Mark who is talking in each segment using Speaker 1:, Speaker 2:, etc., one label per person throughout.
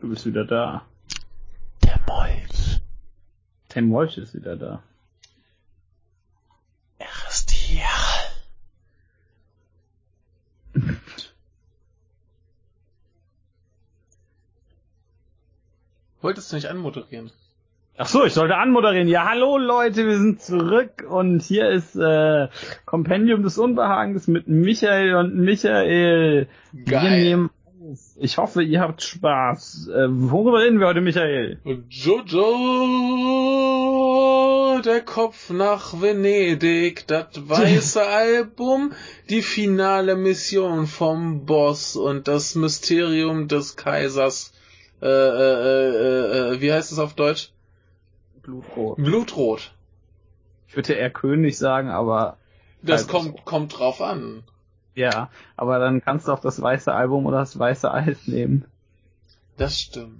Speaker 1: Du bist wieder da.
Speaker 2: Der Molch.
Speaker 1: Ten Molch ist wieder da.
Speaker 2: Er ist hier. Wolltest du nicht anmoderieren?
Speaker 1: Ach so, ich sollte anmoderieren. Ja, hallo Leute, wir sind zurück und hier ist äh, Kompendium des Unbehagens mit Michael und Michael. Wir
Speaker 2: Geil.
Speaker 1: nehmen auf. Ich hoffe, ihr habt Spaß. Äh, worüber reden wir heute, Michael?
Speaker 2: Und Jojo, der Kopf nach Venedig, das weiße Album, die finale Mission vom Boss und das Mysterium des Kaisers. Äh, äh, äh, äh, wie heißt es auf Deutsch?
Speaker 1: Blutrot.
Speaker 2: Blutrot.
Speaker 1: Ich würde eher König sagen, aber
Speaker 2: Das
Speaker 1: Also-
Speaker 2: kommt, kommt drauf an.
Speaker 1: ja. Aber dann kannst du auch das weiße Album oder das weiße Eis nehmen.
Speaker 2: Das stimmt.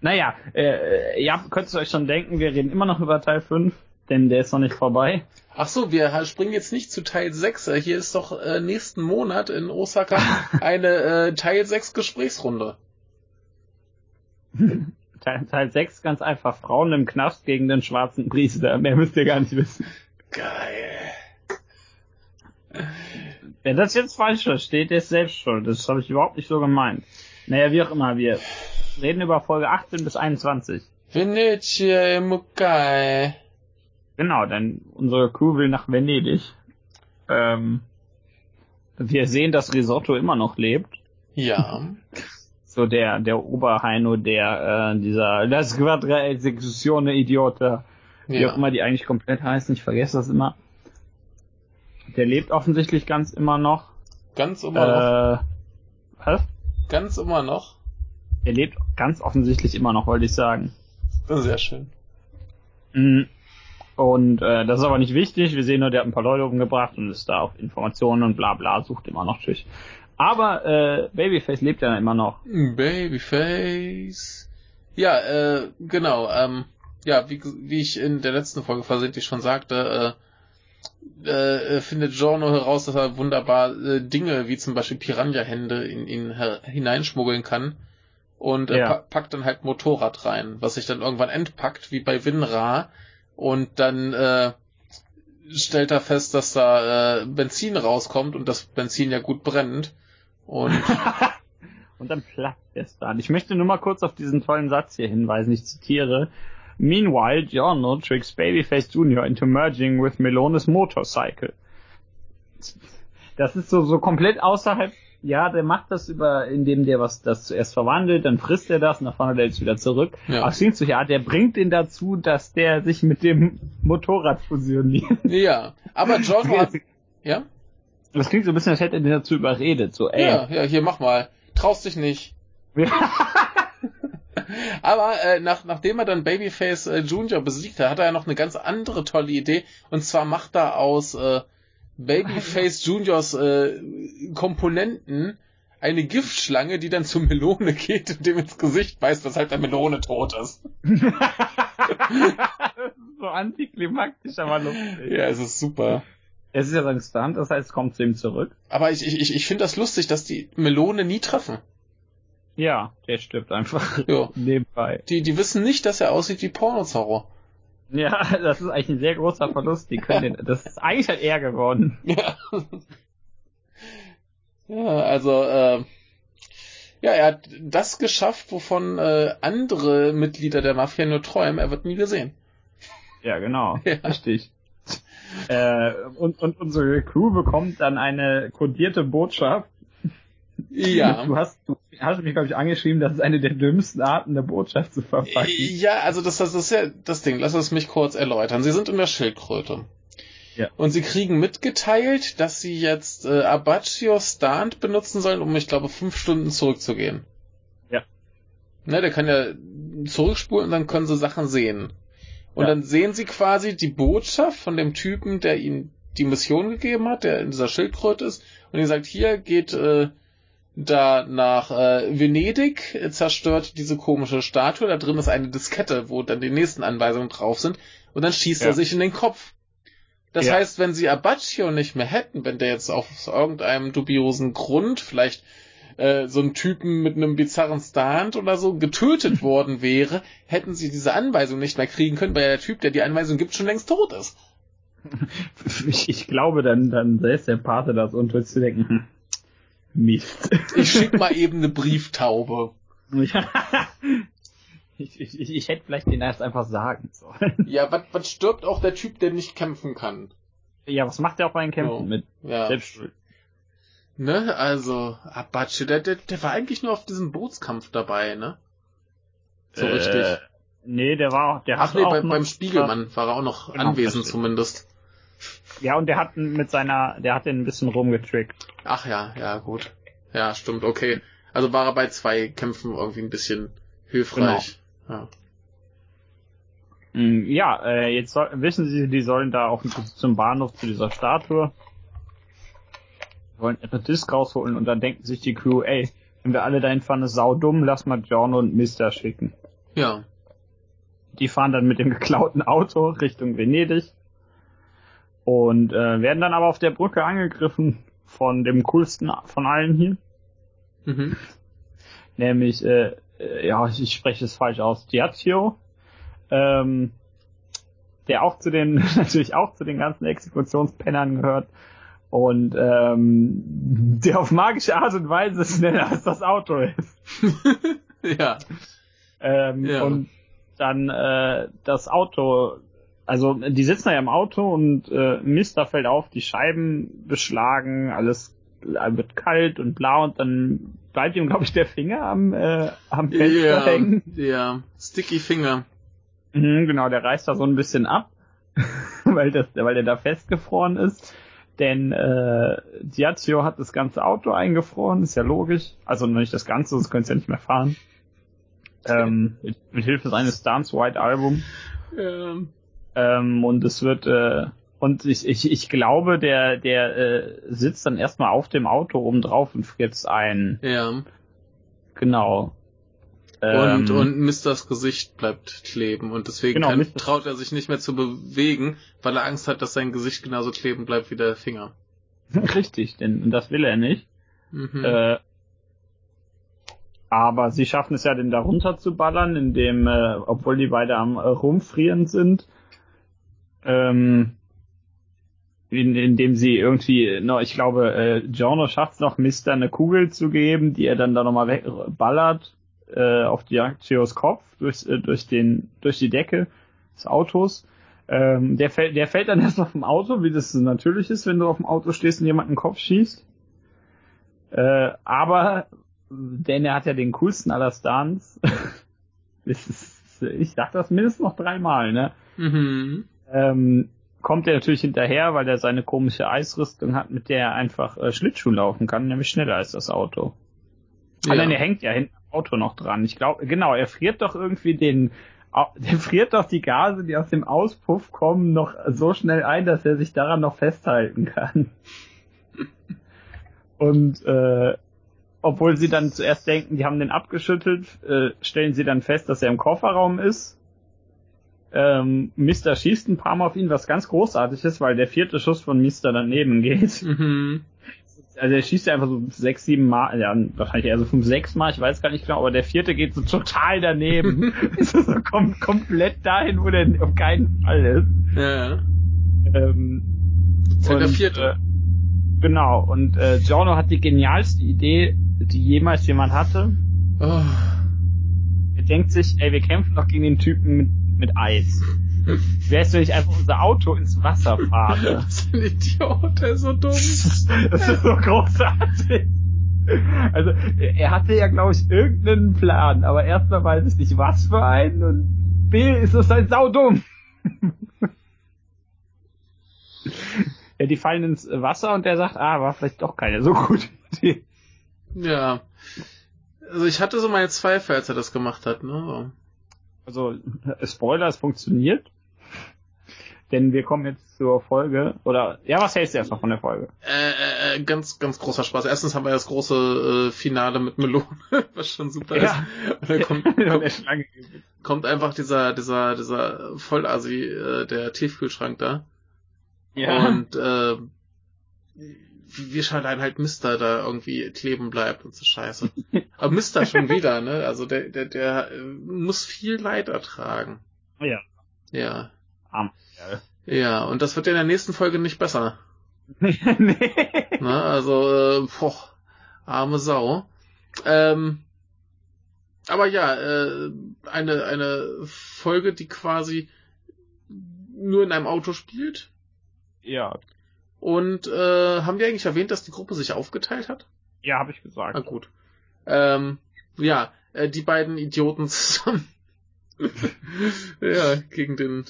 Speaker 1: Naja, äh, äh, ja, könnt ihr euch schon denken, wir reden immer noch über Teil 5, denn der ist noch nicht vorbei.
Speaker 2: Ach so, wir springen jetzt nicht zu Teil 6. Hier ist doch äh, nächsten Monat in Osaka eine äh, Teil 6 Gesprächsrunde.
Speaker 1: Teil, Teil 6 ganz einfach. Frauen im Knast gegen den schwarzen Priester. Mehr müsst ihr gar nicht wissen.
Speaker 2: Geil.
Speaker 1: Wer das jetzt falsch versteht, der ist selbst schuld. Das habe ich überhaupt nicht so gemeint. Naja, wie auch immer, wir reden über Folge 18 bis 21.
Speaker 2: Venice Mukai.
Speaker 1: Genau, denn unsere Crew will nach Venedig. Ähm, wir sehen, dass Risotto immer noch lebt.
Speaker 2: Ja.
Speaker 1: So der, der Oberheino, der, äh, dieser, das Quadra Executione Idiota. wie auch
Speaker 2: ja.
Speaker 1: immer die eigentlich komplett heißen, ich vergesse das immer. Der lebt offensichtlich ganz immer noch.
Speaker 2: Ganz immer noch.
Speaker 1: Äh, was?
Speaker 2: Ganz immer noch.
Speaker 1: Der lebt ganz offensichtlich immer noch, wollte ich sagen.
Speaker 2: Sehr schön.
Speaker 1: Mm. Und äh, das ist aber nicht wichtig. Wir sehen nur, der hat ein paar Leute umgebracht und ist da auf Informationen und bla bla, sucht immer noch Tisch. Aber äh, Babyface lebt ja immer noch.
Speaker 2: Babyface. Ja, äh, genau. Ähm, ja, wie, wie ich in der letzten Folge versehentlich schon sagte, äh, äh, äh, findet Giorno heraus, dass er wunderbar äh, Dinge wie zum Beispiel Piranha-Hände in ihn her- hineinschmuggeln kann und äh,
Speaker 1: Ja.
Speaker 2: pa packt dann halt Motorrad rein, was sich dann irgendwann entpackt, wie bei Winra und dann äh, stellt er fest, dass da äh, Benzin rauskommt und das Benzin ja gut brennt und
Speaker 1: Und dann platzt der Stan. Ich möchte nur mal kurz auf diesen tollen Satz hier hinweisen. Ich zitiere. Meanwhile, Giorno tricks Babyface Jr. into merging with Melones motorcycle. Das ist so, so komplett außerhalb. Ja, der macht das über, indem der was, das zuerst verwandelt, dann frisst er das und dann verwandelt er es wieder zurück.
Speaker 2: Ja.
Speaker 1: Aber es klingt so, ja, der bringt ihn dazu, dass der sich mit dem Motorrad fusioniert.
Speaker 2: Ja, aber Giorno hat. Ja?
Speaker 1: Das klingt so ein bisschen, als hätte er den dazu überredet. So, ey.
Speaker 2: ja? Ja, hier mach mal. Traust dich nicht. Aber äh, nach, nachdem er dann Babyface äh, Junior besiegt hat, hat er ja noch eine ganz andere tolle Idee. Und zwar macht er aus äh, Babyface Juniors äh, Komponenten eine Giftschlange, die dann zur Melone geht und dem ins Gesicht beißt, weshalb der Melone tot ist.
Speaker 1: so antiklimaktisch, aber lustig.
Speaker 2: Ja, es ist super.
Speaker 1: Es ist ja sein Stunt, das heißt, es kommt zu ihm zurück.
Speaker 2: Aber ich, ich, ich- ich finde das lustig, dass die Melone nie treffen.
Speaker 1: Ja, der stirbt einfach
Speaker 2: Ja.
Speaker 1: nebenbei.
Speaker 2: Die, die wissen nicht, dass er aussieht wie Pornozauber.
Speaker 1: Ja, das ist eigentlich ein sehr großer Verlust. Die können den, das ist eigentlich halt er geworden.
Speaker 2: Ja. ja, also, äh, ja, er hat das geschafft, wovon äh, andere Mitglieder der Mafia nur träumen. Er wird nie gesehen.
Speaker 1: Ja, genau.
Speaker 2: Ja.
Speaker 1: Richtig. Äh, und, und unsere Crew bekommt dann eine kodierte Botschaft.
Speaker 2: Ja.
Speaker 1: Du hast, du hast mich, glaube ich, angeschrieben, das ist eine der dümmsten Arten, eine Botschaft zu verpacken.
Speaker 2: Ja, also das, das ist ja das Ding. Lass es mich kurz erläutern. Sie sind in der Schildkröte.
Speaker 1: Ja.
Speaker 2: Und sie kriegen mitgeteilt, dass sie jetzt äh, Abaccio Stand benutzen sollen, um, ich glaube, fünf Stunden zurückzugehen.
Speaker 1: Ja.
Speaker 2: Ne, der kann ja zurückspulen und dann können sie Sachen sehen. Und
Speaker 1: Ja.
Speaker 2: dann sehen sie quasi die Botschaft von dem Typen, der ihnen die Mission gegeben hat, der in dieser Schildkröte ist. Und ihr sagt, hier geht äh, da nach äh, Venedig, äh, zerstört diese komische Statue. Da drin ist eine Diskette, wo dann die nächsten Anweisungen drauf sind. Und dann schießt
Speaker 1: Ja.
Speaker 2: er sich in den Kopf. Das
Speaker 1: Ja.
Speaker 2: heißt, wenn sie Abaccio nicht mehr hätten, wenn der jetzt aus irgendeinem dubiosen Grund, vielleicht äh, so einen Typen mit einem bizarren Stunt oder so getötet worden wäre, hätten sie diese Anweisung nicht mehr kriegen können, weil der Typ, der die Anweisung gibt, schon längst tot ist.
Speaker 1: Ich, ich glaube, dann, dann lässt der Pate das und wird zu denken, hm, Mist.
Speaker 2: Ich schick mal eben eine Brieftaube.
Speaker 1: ich, ich, ich, ich hätte vielleicht den erst einfach sagen sollen.
Speaker 2: Ja, was, was stirbt auch der Typ, der nicht kämpfen kann?
Speaker 1: Ja, was macht der auf meinen Kämpfen
Speaker 2: Ja.
Speaker 1: Oh, mit?
Speaker 2: Ja.
Speaker 1: Selbst schuld.
Speaker 2: Ne, also, Apache, der, der, der war eigentlich nur auf diesem Bootskampf dabei, ne? So
Speaker 1: Äh,
Speaker 2: richtig.
Speaker 1: Nee, der war, der hat
Speaker 2: Ach nee,
Speaker 1: auch
Speaker 2: bei,
Speaker 1: noch-
Speaker 2: beim Spiegelmann war er auch noch
Speaker 1: Genau,
Speaker 2: anwesend
Speaker 1: verstehe.
Speaker 2: zumindest.
Speaker 1: Ja, und der hat mit seiner, der hat den ein bisschen rumgetrickt.
Speaker 2: Ach ja, ja, gut. Ja, stimmt, okay. Also war er bei zwei Kämpfen irgendwie ein bisschen hilfreich. Ja.
Speaker 1: Mm, Ja, äh, jetzt soll, wissen Sie, die sollen da auf zum Bahnhof zu dieser Statue, wollen etwas Disk rausholen und dann denken sich die Crew, ey, wenn wir alle dahin fahren, ist sau dumm, lass mal John und Mister schicken. Genau.
Speaker 2: ja.
Speaker 1: Die fahren dann mit dem geklauten Auto Richtung Venedig und äh, werden dann aber auf der Brücke angegriffen von dem coolsten von allen hier,
Speaker 2: Mhm.
Speaker 1: nämlich, äh, äh, ja, ich, ich spreche es falsch aus, Diaccio, ähm, der auch zu den, natürlich auch zu den ganzen Exekutionspennern gehört und ähm, der auf magische Art und Weise schneller als das Auto ist.
Speaker 2: ja.
Speaker 1: Ähm,
Speaker 2: Ja.
Speaker 1: Und dann äh, das Auto, also die sitzen da ja im Auto und äh, Mister fällt auf, die Scheiben beschlagen, alles äh, wird kalt und blau und dann bleibt ihm, glaube ich, der Finger am, äh, am Fenster
Speaker 2: Ja.
Speaker 1: hängen.
Speaker 2: Ja. Sticky Finger.
Speaker 1: Mhm, genau, der reißt da so ein bisschen ab, weil, das, weil der da festgefroren ist. Denn äh, Diaccio hat das ganze Auto eingefroren, ist ja logisch. Also noch nicht das Ganze, sonst könnte es ja nicht mehr fahren. Ähm, mit, mit Hilfe seines Dance White Album.
Speaker 2: Ähm,
Speaker 1: Ähm, und es wird äh, und ich, ich, ich glaube, der, der äh, sitzt dann erstmal auf dem Auto oben drauf und friert es ein.
Speaker 2: ja.
Speaker 1: Genau.
Speaker 2: Und,
Speaker 1: Ähm,
Speaker 2: und Misters Gesicht bleibt kleben und deswegen
Speaker 1: Genau,
Speaker 2: kann,
Speaker 1: Mr.
Speaker 2: traut er sich nicht mehr zu bewegen, weil er Angst hat, dass sein Gesicht genauso kleben bleibt wie der Finger.
Speaker 1: richtig, denn das will er nicht.
Speaker 2: Mhm.
Speaker 1: Äh, aber sie schaffen es ja, den da runter zu ballern, indem, äh, obwohl die beide am äh, Rumfrieren sind, ähm, in, indem sie irgendwie, no, ich glaube, äh, Giorno schafft es noch, Mister eine Kugel zu geben, die er dann da nochmal wegballert, äh, auf Diaccios Kopf, durch, äh, durch, den, durch die Decke des Autos. Ähm, der, fällt, der fällt dann erst auf dem Auto, wie das natürlich ist, wenn du auf dem Auto stehst und jemanden Kopf schießt. Äh, aber, denn er hat ja den coolsten aller Stunts. Das ist, ich dachte das mindestens noch dreimal, ne?
Speaker 2: mhm.
Speaker 1: Ähm, kommt er natürlich hinterher, weil er seine komische Eisrüstung hat, mit der er einfach äh, Schlittschuh laufen kann, nämlich schneller als das Auto. Ah, nein, er hängt ja hinten am Auto noch dran. Ich glaube, genau, er friert doch irgendwie den, au- der friert doch die Gase, die aus dem Auspuff kommen, noch so schnell ein, dass er sich daran noch festhalten kann. Und äh, obwohl sie dann zuerst denken, die haben den abgeschüttelt, äh, stellen sie dann fest, dass er im Kofferraum ist. Ähm, Mister schießt ein paar Mal auf ihn, was ganz großartig ist, weil der vierte Schuss von Mister daneben geht.
Speaker 2: Mhm.
Speaker 1: Also er schießt ja einfach so sechs, sieben Mal, ja, wahrscheinlich eher so fünf, sechs Mal, ich weiß gar nicht genau, aber der vierte geht so total daneben. so kom komplett dahin, wo der auf keinen Fall ist.
Speaker 2: Ja, ja.
Speaker 1: Ähm,
Speaker 2: Jetzt halt der vierte.
Speaker 1: Äh, genau, und äh, Giorno hat die genialste Idee, die jemals jemand hatte.
Speaker 2: Oh.
Speaker 1: Er denkt sich, ey, wir kämpfen doch gegen den Typen mit, mit Eis. Wäre es, wenn ich einfach unser Auto ins Wasser fahre?
Speaker 2: Was ein Idiot, der ist so dumm.
Speaker 1: Das ist so großartig. Also, er hatte ja, glaube ich, irgendeinen Plan, aber erstmal weiß ich nicht, was für einen und B ist es halt saudumm. ja, die fallen ins Wasser und er sagt, ah, war vielleicht doch keine so gute Idee.
Speaker 2: Ja. Also ich hatte so meine Zweifel, als er das gemacht hat, ne?
Speaker 1: Also, äh, Spoiler, es funktioniert. Denn wir kommen jetzt zur Folge, oder, ja, was hältst du erstmal von der Folge?
Speaker 2: Äh, äh, äh, ganz, ganz großer Spaß. Erstens haben wir das große äh, Finale mit Melone, was schon super
Speaker 1: Ja.
Speaker 2: ist. Und dann kommt,
Speaker 1: Von der
Speaker 2: kommt,
Speaker 1: Schlange.
Speaker 2: kommt einfach dieser, dieser, dieser Vollasi, äh, der Tiefkühlschrank da.
Speaker 1: Ja.
Speaker 2: Und äh, wir schauen dann halt Mister da irgendwie kleben bleibt und so scheiße. Aber Mister schon wieder, ne? Also der, der, der äh, muss viel Leid ertragen.
Speaker 1: Ja.
Speaker 2: Ja.
Speaker 1: Arm.
Speaker 2: Ja, und das wird ja in der nächsten Folge nicht besser.
Speaker 1: nee.
Speaker 2: Ne? Also, äh, boah, arme Sau. Ähm, aber ja, äh, eine, eine Folge, die quasi nur in einem Auto spielt.
Speaker 1: Ja.
Speaker 2: Und äh, haben wir eigentlich erwähnt, dass die Gruppe sich aufgeteilt hat?
Speaker 1: Ja, habe ich
Speaker 2: Ah,
Speaker 1: gesagt.
Speaker 2: gut. Ähm, ja, äh, die beiden Idioten zusammen. ja, gegen den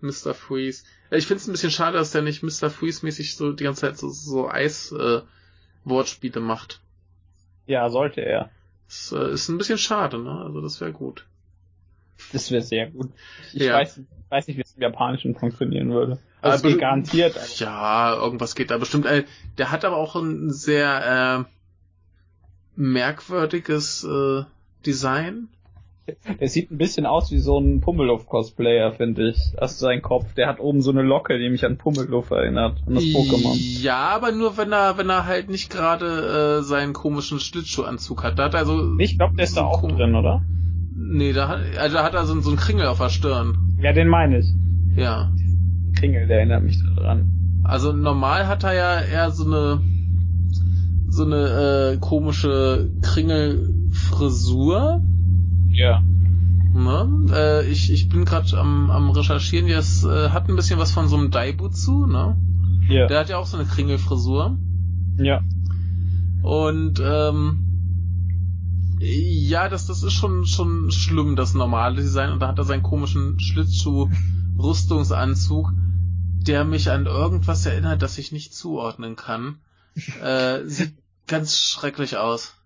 Speaker 2: Mr. Freeze. Äh, Ich find's ein bisschen schade, dass der nicht Mr. Freeze-mäßig so die ganze Zeit so, so Eis-Wortspiele macht.
Speaker 1: Ja, sollte er.
Speaker 2: Das äh, ist ein bisschen schade, ne? Also das wäre gut.
Speaker 1: Das wäre sehr gut. Ich
Speaker 2: Ja.
Speaker 1: weiß, weiß nicht, wie es im Japanischen funktionieren würde.
Speaker 2: Aber
Speaker 1: Also es geht
Speaker 2: be-
Speaker 1: garantiert. Aber
Speaker 2: Ja, irgendwas geht da bestimmt. Äh, der hat aber auch ein sehr äh, merkwürdiges äh, Design.
Speaker 1: Der sieht ein bisschen aus wie so ein Pummeluff-Cosplayer, finde ich. Hast du seinen Kopf? Der hat oben so eine Locke, die mich an Pummeluff erinnert. An das Pokémon.
Speaker 2: Ja, aber nur wenn er, wenn er halt nicht gerade äh, seinen komischen Schlittschuhanzug hat. Da hat er so.
Speaker 1: Ich glaube, der ist da auch
Speaker 2: so-
Speaker 1: drin, oder?
Speaker 2: Nee, da hat, also da hat er so, so einen Kringel auf der Stirn.
Speaker 1: Ja, den meine ich.
Speaker 2: Ja.
Speaker 1: Kringel, der erinnert mich daran.
Speaker 2: Also normal hat er ja eher so eine so eine äh, komische Kringelfrisur.
Speaker 1: Ja.
Speaker 2: Ne? Äh, ich, ich bin gerade am, am recherchieren, das äh, hat ein bisschen was von so einem Daibutsu, ne?
Speaker 1: Ja.
Speaker 2: Der hat ja auch so eine Kringelfrisur.
Speaker 1: ja.
Speaker 2: Und ähm, ja, das, das ist schon, schon schlimm, das normale Design. Und da hat er seinen komischen Schlittschuh-Rüstungsanzug, der mich an irgendwas erinnert, das ich nicht zuordnen kann. Äh, sieht ganz schrecklich aus.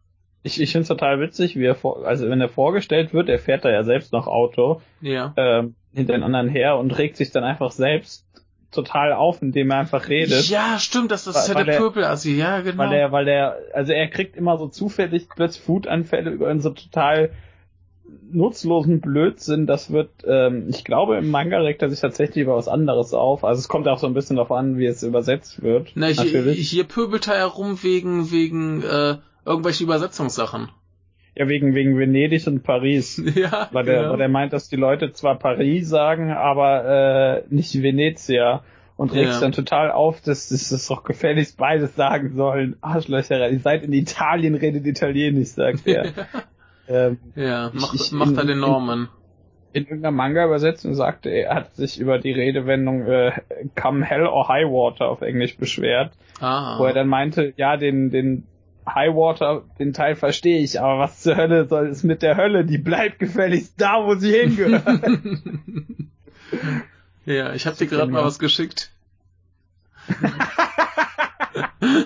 Speaker 1: Ich, ich finde es total witzig, wie er vor, also wenn er vorgestellt wird, er fährt da ja selbst noch Auto,
Speaker 2: Ja.
Speaker 1: ähm, hinter den anderen her und regt sich dann einfach selbst total auf, indem er einfach redet.
Speaker 2: Ja, stimmt, das, das ist ja
Speaker 1: Weil- weil
Speaker 2: der
Speaker 1: der-
Speaker 2: Pöbelassi, ja, genau.
Speaker 1: Weil er, weil er, also er kriegt immer so zufällig plötzlich Flutanfälle über einen so total nutzlosen Blödsinn. Das wird, ähm, ich glaube, im Manga regt er sich tatsächlich über was anderes auf. Also es kommt auch so ein bisschen darauf an, wie es übersetzt wird.
Speaker 2: Na, hier,
Speaker 1: natürlich.
Speaker 2: hier pöbelt er herum wegen, wegen äh, irgendwelchen Übersetzungssachen.
Speaker 1: Ja, wegen, wegen Venedig und Paris.
Speaker 2: ja,
Speaker 1: Weil der,
Speaker 2: genau.
Speaker 1: weil der meint, dass die Leute zwar Paris sagen, aber äh, nicht Venezia. Und regt
Speaker 2: Ja.
Speaker 1: sich dann total auf, dass, dass das doch gefälligst beides sagen sollen. Arschlöcher, ihr seid in Italien, redet Italienisch, sagt er. ähm,
Speaker 2: ja, macht,
Speaker 1: ich-
Speaker 2: macht er
Speaker 1: in-
Speaker 2: den Norman.
Speaker 1: in irgendeiner Manga-Übersetzung sagte, er hat sich über die Redewendung äh, Come Hell or High Water auf Englisch beschwert,
Speaker 2: Ah.
Speaker 1: wo er dann meinte, ja, den, den High Water, den Teil verstehe ich, aber was zur Hölle soll es mit der Hölle? Die bleibt gefälligst da, wo sie hingehört.
Speaker 2: ja, ich habe dir gerade mal
Speaker 1: genial.
Speaker 2: was geschickt.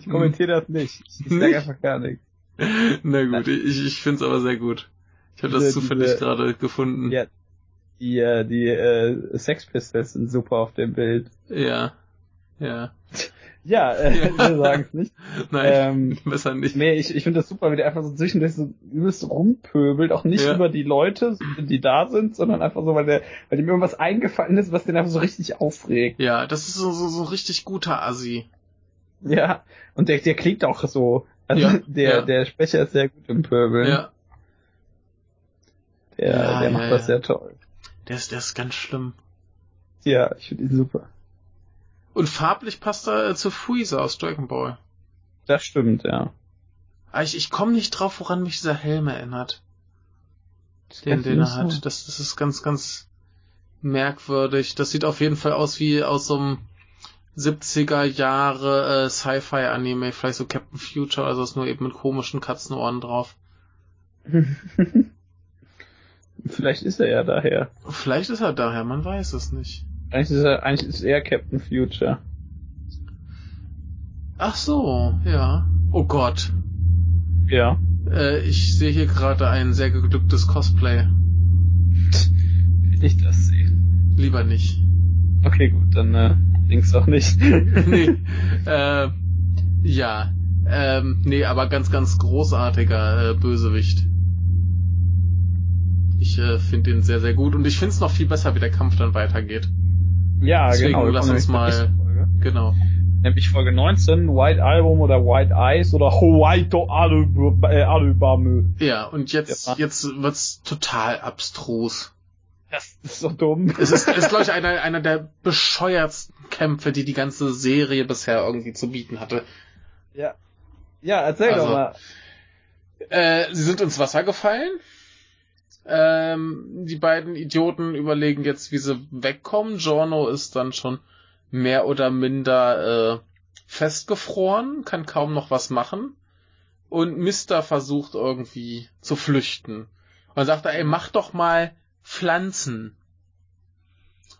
Speaker 1: ich kommentiere das nicht. Ich
Speaker 2: Nicht?
Speaker 1: sage einfach gar nichts.
Speaker 2: Na gut, ich, ich finde es aber sehr gut. Ich habe das
Speaker 1: Diese-
Speaker 2: zufällig
Speaker 1: diese-
Speaker 2: gerade gefunden.
Speaker 1: Ja. Die, äh, die äh, Sex Pistols sind super auf dem Bild.
Speaker 2: Ja. Ja.
Speaker 1: Ja, äh, wir sagen es nicht.
Speaker 2: Nein,
Speaker 1: Ähm,
Speaker 2: besser nicht.
Speaker 1: Nee, ich, ich finde das super, wie der einfach so zwischendurch so übelst rumpöbelt, auch nicht
Speaker 2: Ja.
Speaker 1: über die Leute, die da sind, sondern einfach so, weil, der, weil ihm irgendwas eingefallen ist, was den einfach so richtig aufregt.
Speaker 2: Ja, das ist so, so, so ein richtig guter Assi.
Speaker 1: Ja, und der, der klingt auch so. Also
Speaker 2: Ja,
Speaker 1: der,
Speaker 2: ja.
Speaker 1: der Sprecher ist sehr gut im Pöbeln.
Speaker 2: Ja.
Speaker 1: Der,
Speaker 2: Ja,
Speaker 1: der
Speaker 2: ja,
Speaker 1: macht das
Speaker 2: ja.
Speaker 1: sehr toll.
Speaker 2: Der ist, der ist ganz schlimm.
Speaker 1: Ja, ich finde ihn super.
Speaker 2: Und farblich passt er äh, zu Freezer aus Dragon Ball.
Speaker 1: Das stimmt, ja.
Speaker 2: Aber ich, ich komme nicht drauf, woran mich dieser Helm erinnert, den,
Speaker 1: Kannst du
Speaker 2: den
Speaker 1: nicht
Speaker 2: er hat.
Speaker 1: sagen.
Speaker 2: Das, das ist ganz, ganz merkwürdig. Das sieht auf jeden Fall aus wie aus so einem 70er Jahre äh, Sci-Fi-Anime, vielleicht so Captain Future, also ist nur eben mit komischen Katzenohren drauf.
Speaker 1: Vielleicht ist er ja daher.
Speaker 2: Vielleicht ist er daher, man weiß es nicht.
Speaker 1: Eigentlich ist er, eigentlich ist er Captain Future.
Speaker 2: Ach so, ja. Oh Gott.
Speaker 1: Ja.
Speaker 2: Äh, ich sehe hier gerade ein sehr geglücktes Cosplay.
Speaker 1: Will ich das sehen.
Speaker 2: Lieber nicht.
Speaker 1: Okay, gut, dann äh, links auch nicht.
Speaker 2: nee. Äh, ja. Ähm, nee, aber ganz, ganz großartiger äh, Bösewicht. Ich äh, finde den sehr, sehr gut und ich finde es noch viel besser, wie der Kampf dann weitergeht.
Speaker 1: ja,
Speaker 2: Deswegen
Speaker 1: genau. wir
Speaker 2: lass
Speaker 1: kommen nämlich
Speaker 2: uns
Speaker 1: zur
Speaker 2: mal-
Speaker 1: nächsten Folge.
Speaker 2: Genau.
Speaker 1: Nämlich Folge 19, White Album oder White Eyes oder Hoaito Alub- äh, Alubamu.
Speaker 2: Ja, und jetzt,
Speaker 1: Ja.
Speaker 2: jetzt wird's total abstrus.
Speaker 1: Das ist so dumm.
Speaker 2: Es ist, ist glaube ich, einer, einer der bescheuertsten Kämpfe, die die ganze Serie bisher irgendwie zu bieten hatte.
Speaker 1: Ja. Ja, erzähl
Speaker 2: Also-
Speaker 1: doch mal.
Speaker 2: Äh, sie sind ins Wasser gefallen. Ähm, die beiden Idioten überlegen jetzt, wie sie wegkommen. Giorno ist dann schon mehr oder minder äh, festgefroren, kann kaum noch was machen. Und Mister versucht irgendwie zu flüchten. Und sagt er, ey, mach doch mal Pflanzen.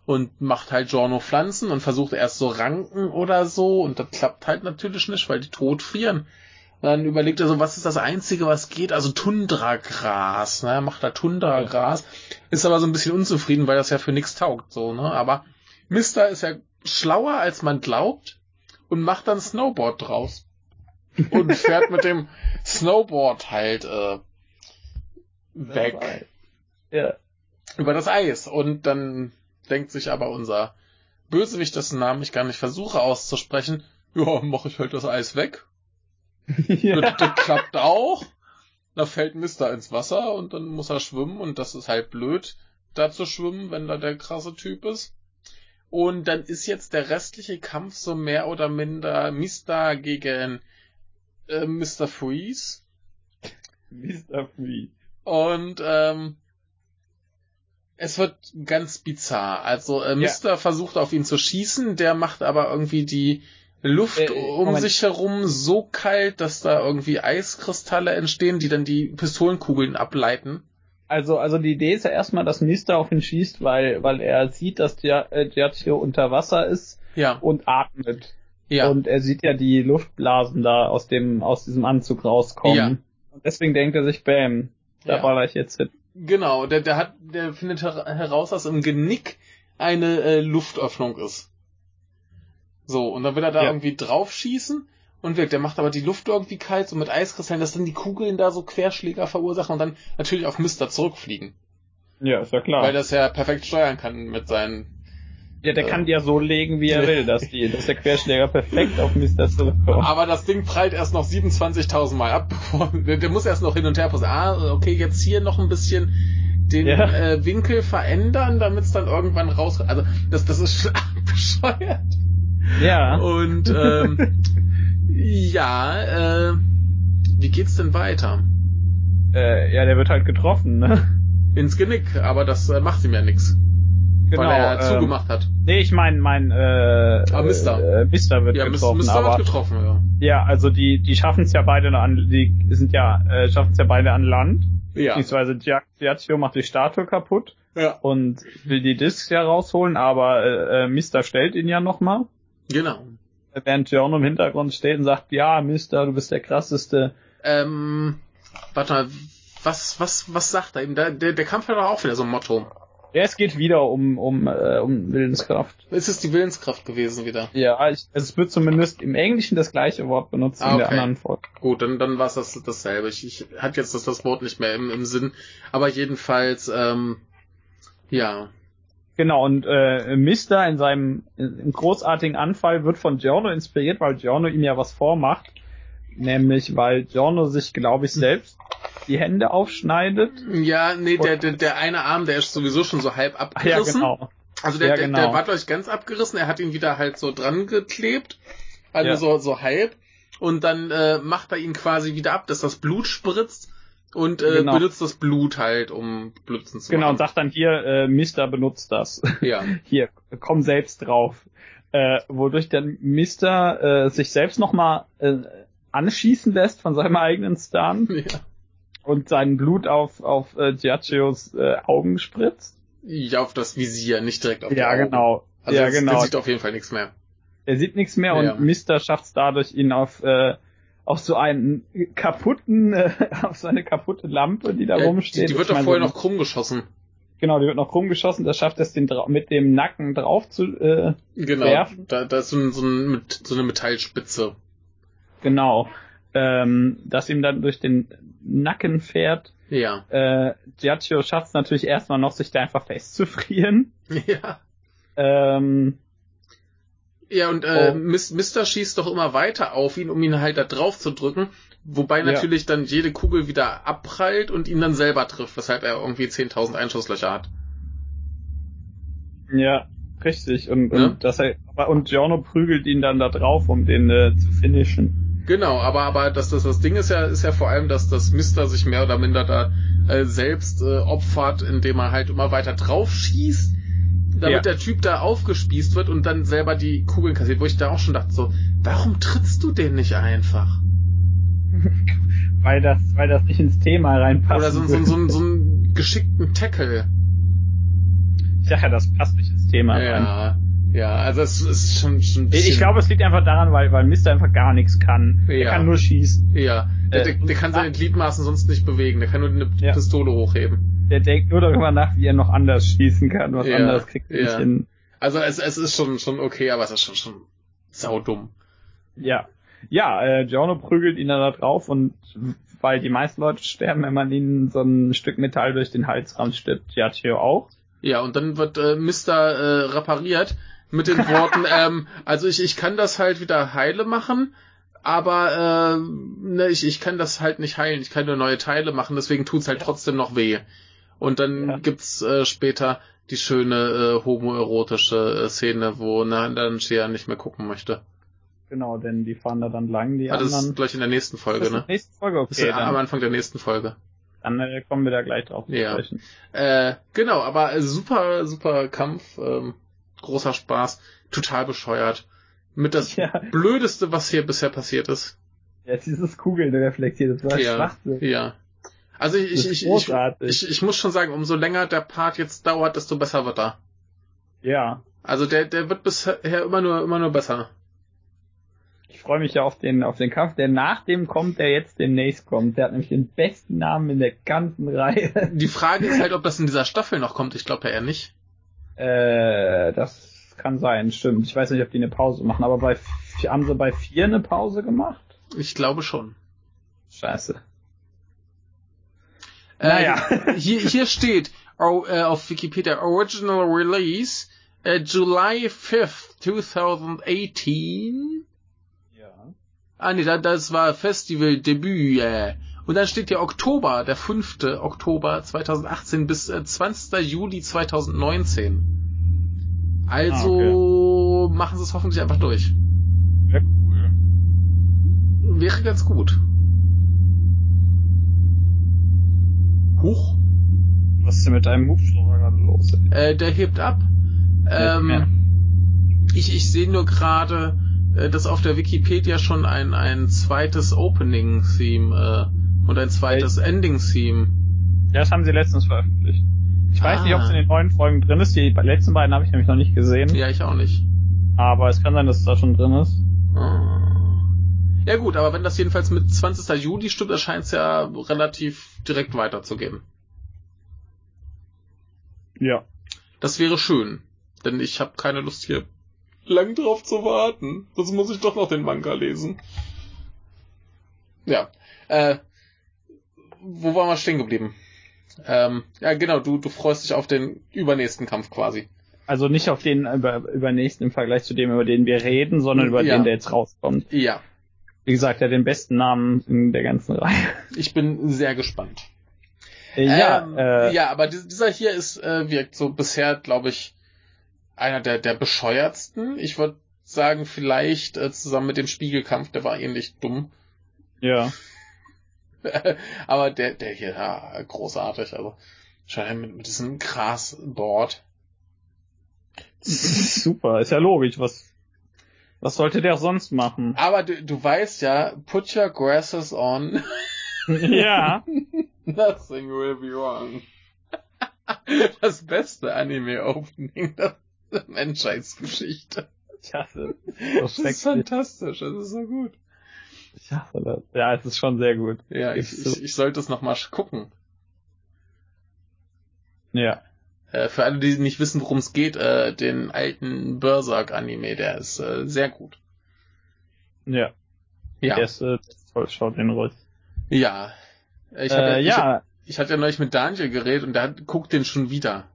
Speaker 2: Und macht halt Giorno Pflanzen und versucht erst so Ranken oder so. Und das klappt halt natürlich nicht, weil die tot frieren. Und dann überlegt er so, was ist das Einzige, was geht? Also Tundragras, ne? Macht da Tundragras. Ist aber so ein bisschen unzufrieden, weil das ja für nichts taugt, so, ne? Aber Mister ist ja schlauer, als man glaubt und macht dann Snowboard draus. Und fährt mit dem Snowboard halt äh, weg
Speaker 1: Ja.
Speaker 2: über das Eis. Und dann denkt sich aber unser Bösewicht, dessen Namen ich gar nicht versuche auszusprechen, ja, mache ich halt das Eis weg. Das, das klappt auch. Da fällt Mister ins Wasser und dann muss er schwimmen und das ist halt blöd, da zu schwimmen, wenn da der krasse Typ ist. Und dann ist jetzt der restliche Kampf so mehr oder minder Mister gegen äh, Mr. Freeze.
Speaker 1: Mr. Free.
Speaker 2: Und ähm, es wird ganz bizarr. Also äh,
Speaker 1: Ja.
Speaker 2: Mister versucht auf ihn zu schießen, der macht aber irgendwie die Luft
Speaker 1: Äh,
Speaker 2: um
Speaker 1: Moment.
Speaker 2: sich herum so kalt, dass da irgendwie Eiskristalle entstehen, die dann die Pistolenkugeln ableiten.
Speaker 1: Also, also die Idee ist ja erstmal, dass Mister auf ihn schießt, weil, weil er sieht, dass der äh, Giaccio unter Wasser ist
Speaker 2: Ja,
Speaker 1: und atmet.
Speaker 2: ja.
Speaker 1: Und er sieht ja die Luftblasen da aus dem, aus diesem Anzug rauskommen.
Speaker 2: Ja.
Speaker 1: Und deswegen denkt er sich, bam, da
Speaker 2: Ja.
Speaker 1: baller ich jetzt hin.
Speaker 2: Genau, der, der hat, der findet her heraus, dass im Genick eine äh, Luftöffnung ist. So, und dann will er da
Speaker 1: Ja.
Speaker 2: irgendwie drauf schießen und wirkt. Der macht aber die Luft irgendwie kalt, so mit Eiskristallen, dass dann die Kugeln da so Querschläger verursachen und dann natürlich auf Mister zurückfliegen.
Speaker 1: Ja, ist ja klar.
Speaker 2: Weil das ja perfekt steuern kann mit seinen.
Speaker 1: ja, der
Speaker 2: äh,
Speaker 1: kann die ja so legen, wie er will, dass, die, dass der Querschläger perfekt auf Mister zurückkommt.
Speaker 2: Aber das Ding prallt erst noch 27.000 Mal ab. bevor- der, der muss erst noch hin und her passen. Ah, okay, jetzt hier noch ein bisschen den
Speaker 1: Ja.
Speaker 2: äh, Winkel verändern, damit es dann irgendwann raus. Also, das, das ist bescheuert.
Speaker 1: Ja.
Speaker 2: Und ähm, ja, äh, wie geht's denn weiter?
Speaker 1: Äh, ja, der wird halt getroffen, ne?
Speaker 2: Ins Genick, aber das äh, macht ihm ja nichts,
Speaker 1: Genau.
Speaker 2: weil er
Speaker 1: ähm,
Speaker 2: zugemacht hat.
Speaker 1: Nee, ich meine, mein, äh,
Speaker 2: Ah, Mister.
Speaker 1: äh, Mister wird
Speaker 2: Ja, Mr.
Speaker 1: getroffen,
Speaker 2: Mr.
Speaker 1: aber
Speaker 2: hat getroffen, ja.
Speaker 1: ja, also die, die schaffen es ja beide noch an, die sind ja, äh, schaffen es ja beide an Land,
Speaker 2: Ja.
Speaker 1: beziehungsweise Gia- Giaccio macht die Statue kaputt
Speaker 2: ja.
Speaker 1: und will die Discs ja rausholen, aber äh, äh, Mister stellt ihn ja nochmal,
Speaker 2: Genau.
Speaker 1: während Giorno im Hintergrund steht und sagt, ja, Mister, du bist der krasseste.
Speaker 2: Ähm, warte mal, was, was, was sagt er ihm? Da, der, der Kampf hat doch auch wieder so ein Motto.
Speaker 1: Ja, es geht wieder um, um, äh, um Willenskraft.
Speaker 2: Es ist die Willenskraft gewesen wieder.
Speaker 1: Ja, ich, es wird zumindest im Englischen das gleiche Wort benutzt wie
Speaker 2: Ah,
Speaker 1: in der
Speaker 2: okay.
Speaker 1: anderen Folge.
Speaker 2: Gut, dann, dann war es das, dasselbe. Ich, ich hatte jetzt das, das Wort nicht mehr im, im Sinn. Aber jedenfalls, ähm, ja.
Speaker 1: Genau, und äh, Mister in seinem äh, im großartigen Anfall wird von Giorno inspiriert, weil Giorno ihm ja was vormacht. Nämlich, weil Giorno sich, glaube ich, selbst die Hände aufschneidet.
Speaker 2: Ja, nee, der, der, der eine Arm, der ist sowieso schon so halb
Speaker 1: Ach
Speaker 2: abgerissen.
Speaker 1: ja, genau.
Speaker 2: Also der,
Speaker 1: Ja,
Speaker 2: der, der
Speaker 1: genau.
Speaker 2: war gleich ganz abgerissen, er hat ihn wieder halt so dran geklebt, also
Speaker 1: Ja.
Speaker 2: so, so halb, und dann äh, macht er ihn quasi wieder ab, dass das Blut spritzt und äh,
Speaker 1: Genau.
Speaker 2: benutzt das Blut halt, um Blitzen zu
Speaker 1: Genau, und
Speaker 2: machen.
Speaker 1: sagt dann hier, äh, Mister benutzt das.
Speaker 2: Ja,
Speaker 1: Hier, komm selbst drauf. Äh, wodurch dann Mister äh, sich selbst nochmal äh, anschießen lässt von seinem eigenen Stun
Speaker 2: ja.
Speaker 1: und sein Blut auf, auf äh, Giaccios äh, Augen spritzt.
Speaker 2: ja, auf das Visier, nicht direkt auf die
Speaker 1: Ja,
Speaker 2: Augen.
Speaker 1: genau.
Speaker 2: Also
Speaker 1: ja,
Speaker 2: das-
Speaker 1: genau.
Speaker 2: das sieht auf jeden Fall nichts mehr.
Speaker 1: Er sieht nichts mehr
Speaker 2: Ja.
Speaker 1: und Mister schafft es dadurch, ihn auf, äh, auf so einen kaputten, äh, auf so eine kaputte Lampe, die da
Speaker 2: Äh, die,
Speaker 1: rumsteht.
Speaker 2: die wird
Speaker 1: Ich
Speaker 2: doch
Speaker 1: meine, so-
Speaker 2: vorher noch krumm geschossen.
Speaker 1: Genau, die wird noch rumgeschossen, das schafft es den dra- mit dem Nacken drauf zu, äh,
Speaker 2: Genau.
Speaker 1: Werfen.
Speaker 2: Da, da ist so, ein, so, ein, mit, so eine Metallspitze.
Speaker 1: genau, ähm, dass ihm dann durch den Nacken fährt.
Speaker 2: Ja.
Speaker 1: Äh, Giaccio schafft es natürlich erstmal noch, sich da einfach festzufrieren.
Speaker 2: Ja.
Speaker 1: Ähm,
Speaker 2: Ja, und äh, Mis- Mister schießt doch immer weiter auf ihn, um ihn halt da drauf zu drücken. Wobei
Speaker 1: Ja.
Speaker 2: natürlich dann jede Kugel wieder abprallt und ihn dann selber trifft, weshalb er irgendwie 10.000 Einschusslöcher hat.
Speaker 1: Ja, richtig. Und,
Speaker 2: Ja.
Speaker 1: und, dass er, aber- und Giorno prügelt ihn dann da drauf, um den äh, zu finishen.
Speaker 2: Genau, aber, aber das, das, das Ding ist ja, ist ja vor allem, dass das Mister sich mehr oder minder da äh, selbst äh, opfert, indem er halt immer weiter drauf schießt, damit
Speaker 1: Ja.
Speaker 2: der Typ da aufgespießt wird und dann selber die Kugeln kassiert, wo ich da auch schon dachte so, warum trittst du den nicht einfach?
Speaker 1: Weil das, weil das nicht ins Thema reinpasst.
Speaker 2: Oder so, so, so, so, so einen geschickten Tackle.
Speaker 1: Ich sag ja, das passt nicht ins Thema rein.
Speaker 2: Ja, ja, also es ist schon, schon ein
Speaker 1: Ich,
Speaker 2: bisschen,
Speaker 1: ich glaube, es liegt einfach daran, weil, weil Mister einfach gar nichts kann. Er
Speaker 2: Ja.
Speaker 1: kann nur schießen.
Speaker 2: ja, der, der,
Speaker 1: äh,
Speaker 2: der kann seine Gliedmaßen sonst nicht bewegen, der kann nur eine
Speaker 1: Ja.
Speaker 2: Pistole hochheben.
Speaker 1: Der denkt nur darüber nach, wie er noch anders schießen kann. Was
Speaker 2: Ja,
Speaker 1: anderes kriegt er
Speaker 2: ja.
Speaker 1: nicht hin.
Speaker 2: Also es, es ist schon, schon okay, aber es ist schon, schon saudumm.
Speaker 1: Ja. Ja, äh, Giorno prügelt ihn dann da drauf und weil die meisten Leute sterben, wenn man ihnen so ein Stück Metall durch den Hals rammt, stirbt Giacchio auch.
Speaker 2: Ja, und dann wird äh, Mister äh, repariert mit den Worten, ähm, also ich, ich kann das halt wieder heile machen, aber äh, ne, ich, ich kann das halt nicht heilen, ich kann nur neue Teile machen, deswegen tut's halt trotzdem noch weh. Und dann
Speaker 1: Ja.
Speaker 2: gibt's äh, später die schöne äh, homoerotische äh, Szene, wo Nandanshia nicht mehr gucken möchte.
Speaker 1: Genau, denn die fahren da dann lang, die
Speaker 2: Ja, Ah, das ist
Speaker 1: anderen.
Speaker 2: gleich in der nächsten Folge,
Speaker 1: das
Speaker 2: ne?
Speaker 1: ist nächste Folge,
Speaker 2: Das
Speaker 1: okay,
Speaker 2: ist am
Speaker 1: dann,
Speaker 2: Anfang der nächsten Folge.
Speaker 1: dann äh, kommen wir da gleich drauf zu
Speaker 2: Ja.
Speaker 1: sprechen.
Speaker 2: Äh, genau, aber äh, super, super Kampf, ähm, großer Spaß, total bescheuert. Mit das
Speaker 1: Ja.
Speaker 2: Blödeste, was hier bisher passiert ist.
Speaker 1: Ja, dieses Kugeln reflektiert, das war
Speaker 2: Ja.
Speaker 1: Schwachsinn.
Speaker 2: Ja. Also ich,
Speaker 1: Das ist
Speaker 2: ich, ich, ich,
Speaker 1: großartig.
Speaker 2: ich, ich muss schon sagen, umso länger der Part jetzt dauert, desto besser wird er.
Speaker 1: Ja,
Speaker 2: Also der, der wird bisher immer nur, immer nur besser.
Speaker 1: ich freue mich ja auf den, auf den Kampf, der nach dem kommt, der jetzt demnächst kommt. Der hat nämlich den besten Namen in der ganzen Reihe.
Speaker 2: Die Frage ist halt, ob das in dieser Staffel noch kommt. Ich glaube ja eher nicht.
Speaker 1: äh, das kann sein, stimmt. Ich weiß nicht, ob die eine Pause machen, aber bei, f- haben sie bei vier eine Pause gemacht?
Speaker 2: Ich glaube schon.
Speaker 1: Scheiße.
Speaker 2: Äh,
Speaker 1: Naja.
Speaker 2: hier, hier steht oh, äh, auf Wikipedia Original Release äh, July 5th, 2018.
Speaker 1: Ja.
Speaker 2: Ah nee, da- das war Festival-Debüt. Äh. Und dann steht ja Oktober, der 5. Oktober 2018 bis äh, 20. Juli 2019. Also machen sie es hoffentlich einfach durch.
Speaker 1: Ja, cool.
Speaker 2: Wäre ganz gut. Huch.
Speaker 1: Was ist denn mit deinem Hubschrauber gerade los? ey?
Speaker 2: Äh, der hebt ab.
Speaker 1: Ja.
Speaker 2: Ähm, ich ich sehe nur gerade, äh, dass auf der Wikipedia schon ein, ein zweites Opening-Theme äh, und ein zweites Ending-Theme.
Speaker 1: Ja, das haben sie letztens veröffentlicht. Ich weiß
Speaker 2: Ah.
Speaker 1: nicht, ob es in den neuen Folgen drin ist. Die letzten beiden habe ich nämlich noch nicht gesehen.
Speaker 2: Ja, ich auch nicht.
Speaker 1: Aber es kann sein, dass es da schon drin ist.
Speaker 2: Äh. Ja gut, aber wenn das jedenfalls mit 20. Juli stimmt, erscheint es ja relativ direkt weiterzugeben.
Speaker 1: Ja.
Speaker 2: Das wäre schön, denn ich habe keine Lust hier lang drauf zu warten. Sonst muss ich doch noch den Manga lesen. Ja. Äh, wo waren wir stehen geblieben? Ähm, ja, genau, du, du freust dich auf den übernächsten Kampf quasi.
Speaker 1: Also nicht auf den über, übernächsten im Vergleich zu dem, über den wir reden, sondern über
Speaker 2: Ja.
Speaker 1: den, der jetzt rauskommt.
Speaker 2: Ja,
Speaker 1: Wie gesagt, der hat den besten Namen in der ganzen Reihe.
Speaker 2: ich bin sehr gespannt.
Speaker 1: Äh, ja,
Speaker 2: ähm,
Speaker 1: äh,
Speaker 2: ja aber dies- dieser hier ist, äh, wirkt so bisher, glaube ich, einer der, der bescheuertsten. Ich würde sagen, vielleicht äh, zusammen mit dem Spiegelkampf, der war ähnlich dumm.
Speaker 1: ja.
Speaker 2: Aber der, der hier, ja, großartig, also. Schon her mit, mit diesem Grasboard.
Speaker 1: Super, ist ja logisch. Was, was sollte der auch sonst machen?
Speaker 2: Aber du, du weißt ja, put your grasses on,
Speaker 1: ja.
Speaker 2: nothing will be wrong. Das beste Anime-Opening der Menschheitsgeschichte.
Speaker 1: Ich hasse,
Speaker 2: Das ist
Speaker 1: schrecklich.
Speaker 2: fantastisch, das ist so gut.
Speaker 1: ich hasse das. halt- Ja, es ist schon sehr gut.
Speaker 2: Ja, ich,
Speaker 1: Ist so.
Speaker 2: ich, ich sollte es nochmal gucken.
Speaker 1: Ja.
Speaker 2: Äh, für alle, die nicht wissen, worum es geht, äh, den alten Berserk-Anime, der ist äh, sehr gut.
Speaker 1: Ja.
Speaker 2: Ja,
Speaker 1: Der ist, äh, toll, schaut den ruhig.
Speaker 2: ja. Äh, Ich hab
Speaker 1: äh,
Speaker 2: ich-
Speaker 1: ja.
Speaker 2: Ich hatte ja neulich mit Daniel geredet und der hat, guckt den schon wieder.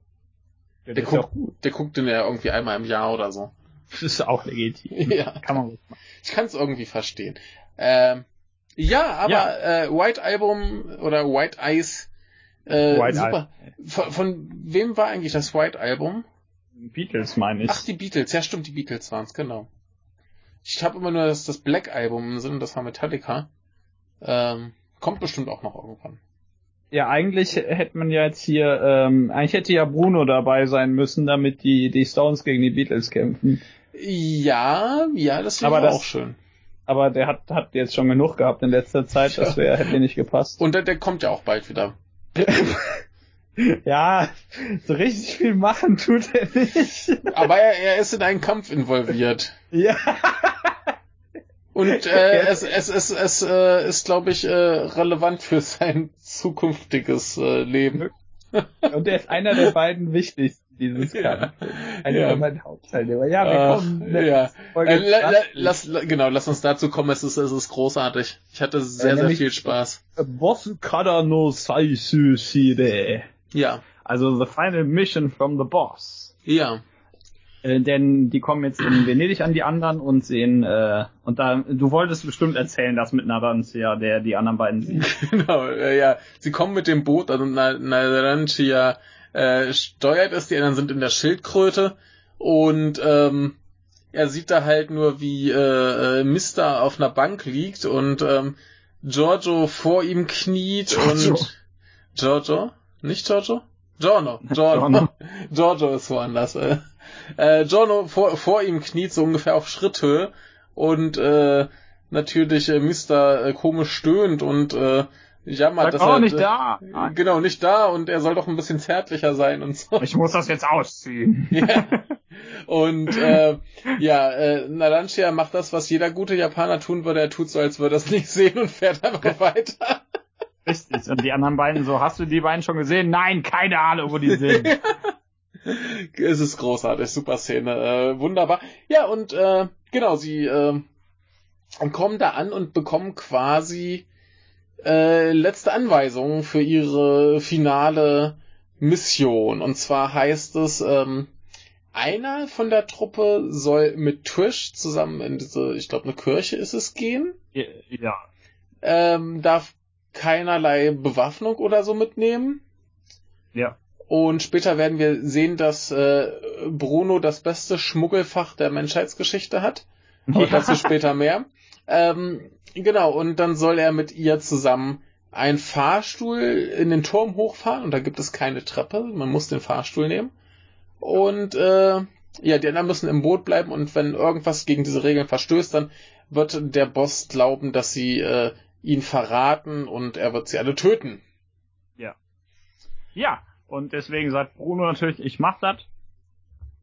Speaker 1: Der,
Speaker 2: der
Speaker 1: ist
Speaker 2: guckt-
Speaker 1: auch gut.
Speaker 2: Der guckt den ja irgendwie einmal im Jahr oder so.
Speaker 1: Das ist auch legitim.
Speaker 2: Ja.
Speaker 1: Kann man ruhig machen.
Speaker 2: Ich kann es irgendwie verstehen. Ähm, ja, aber Äh, White Album oder White Eyes. Äh,
Speaker 1: White
Speaker 2: super. Von, von wem war eigentlich das White Album?
Speaker 3: Beatles meine ich.
Speaker 2: Ach, die Beatles. Ja, stimmt, die Beatles waren's, genau. Ich habe immer nur das, das Black Album im Sinn, das war Metallica. Ähm, kommt bestimmt auch noch irgendwann.
Speaker 1: Ja, eigentlich hätte man ja jetzt hier, ähm, eigentlich hätte ja Bruno dabei sein müssen, damit die, die Stones gegen die Beatles kämpfen.
Speaker 2: Ja, ja, das wäre
Speaker 1: Aber das-
Speaker 2: auch schön.
Speaker 1: Aber der hat, hat jetzt schon genug gehabt in letzter Zeit, das wäre, hätte nicht gepasst.
Speaker 2: Und der, der kommt ja auch bald wieder.
Speaker 1: Ja, so richtig viel machen tut er nicht.
Speaker 2: Aber er, er ist in einen Kampf involviert.
Speaker 1: Ja.
Speaker 2: Und äh, es, es, es, es äh, ist, glaube ich, äh, relevant für sein zukünftiges äh, Leben.
Speaker 1: Und er ist einer der beiden wichtigsten dieses Kampf. Einer
Speaker 2: Ja.
Speaker 1: der beiden Hauptteilnehmer. Ja, wir kommen.
Speaker 2: Ach, Äh, ja.
Speaker 1: Folge
Speaker 2: Äh, la, la,
Speaker 1: 20.
Speaker 2: lass, la, genau, lass uns dazu kommen. Es ist, es ist großartig. Ich hatte sehr,
Speaker 1: Äh,
Speaker 2: sehr
Speaker 1: nämlich-
Speaker 2: viel Spaß.
Speaker 1: Boss Kada no Sai Suicide.
Speaker 2: Ja,
Speaker 1: Also the final mission from the boss.
Speaker 2: ja.
Speaker 1: Äh, denn die kommen jetzt in Venedig an die anderen und sehen, äh, und da, du wolltest bestimmt erzählen, dass mit Nadancia, der die anderen beiden sieht.
Speaker 2: Genau, äh, ja. Sie kommen mit dem Boot, also Na- Narancia äh, steuert es, die anderen sind in der Schildkröte und ähm, er sieht da halt nur, wie äh, äh, Mister auf einer Bank liegt und ähm, Giorgio vor ihm kniet
Speaker 3: Giorgio.
Speaker 2: und Giorgio? Nicht Giorgio? Giorno, Giorno.
Speaker 1: Giorno.
Speaker 2: Giorgio ist woanders. Äh, äh, Giorno vor, vor ihm kniet so ungefähr auf Schritthöhe und äh, natürlich äh, Mister äh, komisch stöhnt und äh, jammert,
Speaker 3: Sag, oh,
Speaker 2: er,
Speaker 3: nicht da. Ah,
Speaker 2: äh, Genau, nicht da und er soll doch ein bisschen zärtlicher sein und so.
Speaker 3: Ich muss das jetzt ausziehen.
Speaker 2: Ja. Und äh, ja, äh, Narantia macht das, was jeder gute Japaner tun würde. Er tut so, als würde er es nicht sehen und fährt einfach weiter.
Speaker 3: Richtig. Und die anderen beiden so, hast du die beiden schon gesehen? Nein, keine Ahnung, wo die sind.
Speaker 2: Es ist großartig, super Szene, äh, wunderbar. Ja, und äh, genau, sie äh, kommen da an und bekommen quasi äh, letzte Anweisungen für ihre finale Mission. Und zwar heißt es, ähm, einer von der Truppe soll mit Trish zusammen in diese, ich glaube, eine Kirche ist es gehen.
Speaker 3: ja.
Speaker 2: ähm, darf keinerlei Bewaffnung oder so mitnehmen.
Speaker 3: Ja.
Speaker 2: Und später werden wir sehen, dass äh, Bruno das beste Schmuggelfach der Menschheitsgeschichte hat. Aber dazu später mehr. Ähm, genau, und dann soll er mit ihr zusammen einen Fahrstuhl in den Turm hochfahren. Und da gibt es keine Treppe. Man muss den Fahrstuhl nehmen. Und äh, ja, die anderen müssen im Boot bleiben. Und wenn irgendwas gegen diese Regeln verstößt, dann wird der Boss glauben, dass sie äh, ihn verraten und er wird sie alle töten.
Speaker 3: Ja, und deswegen sagt Bruno natürlich, ich mach das.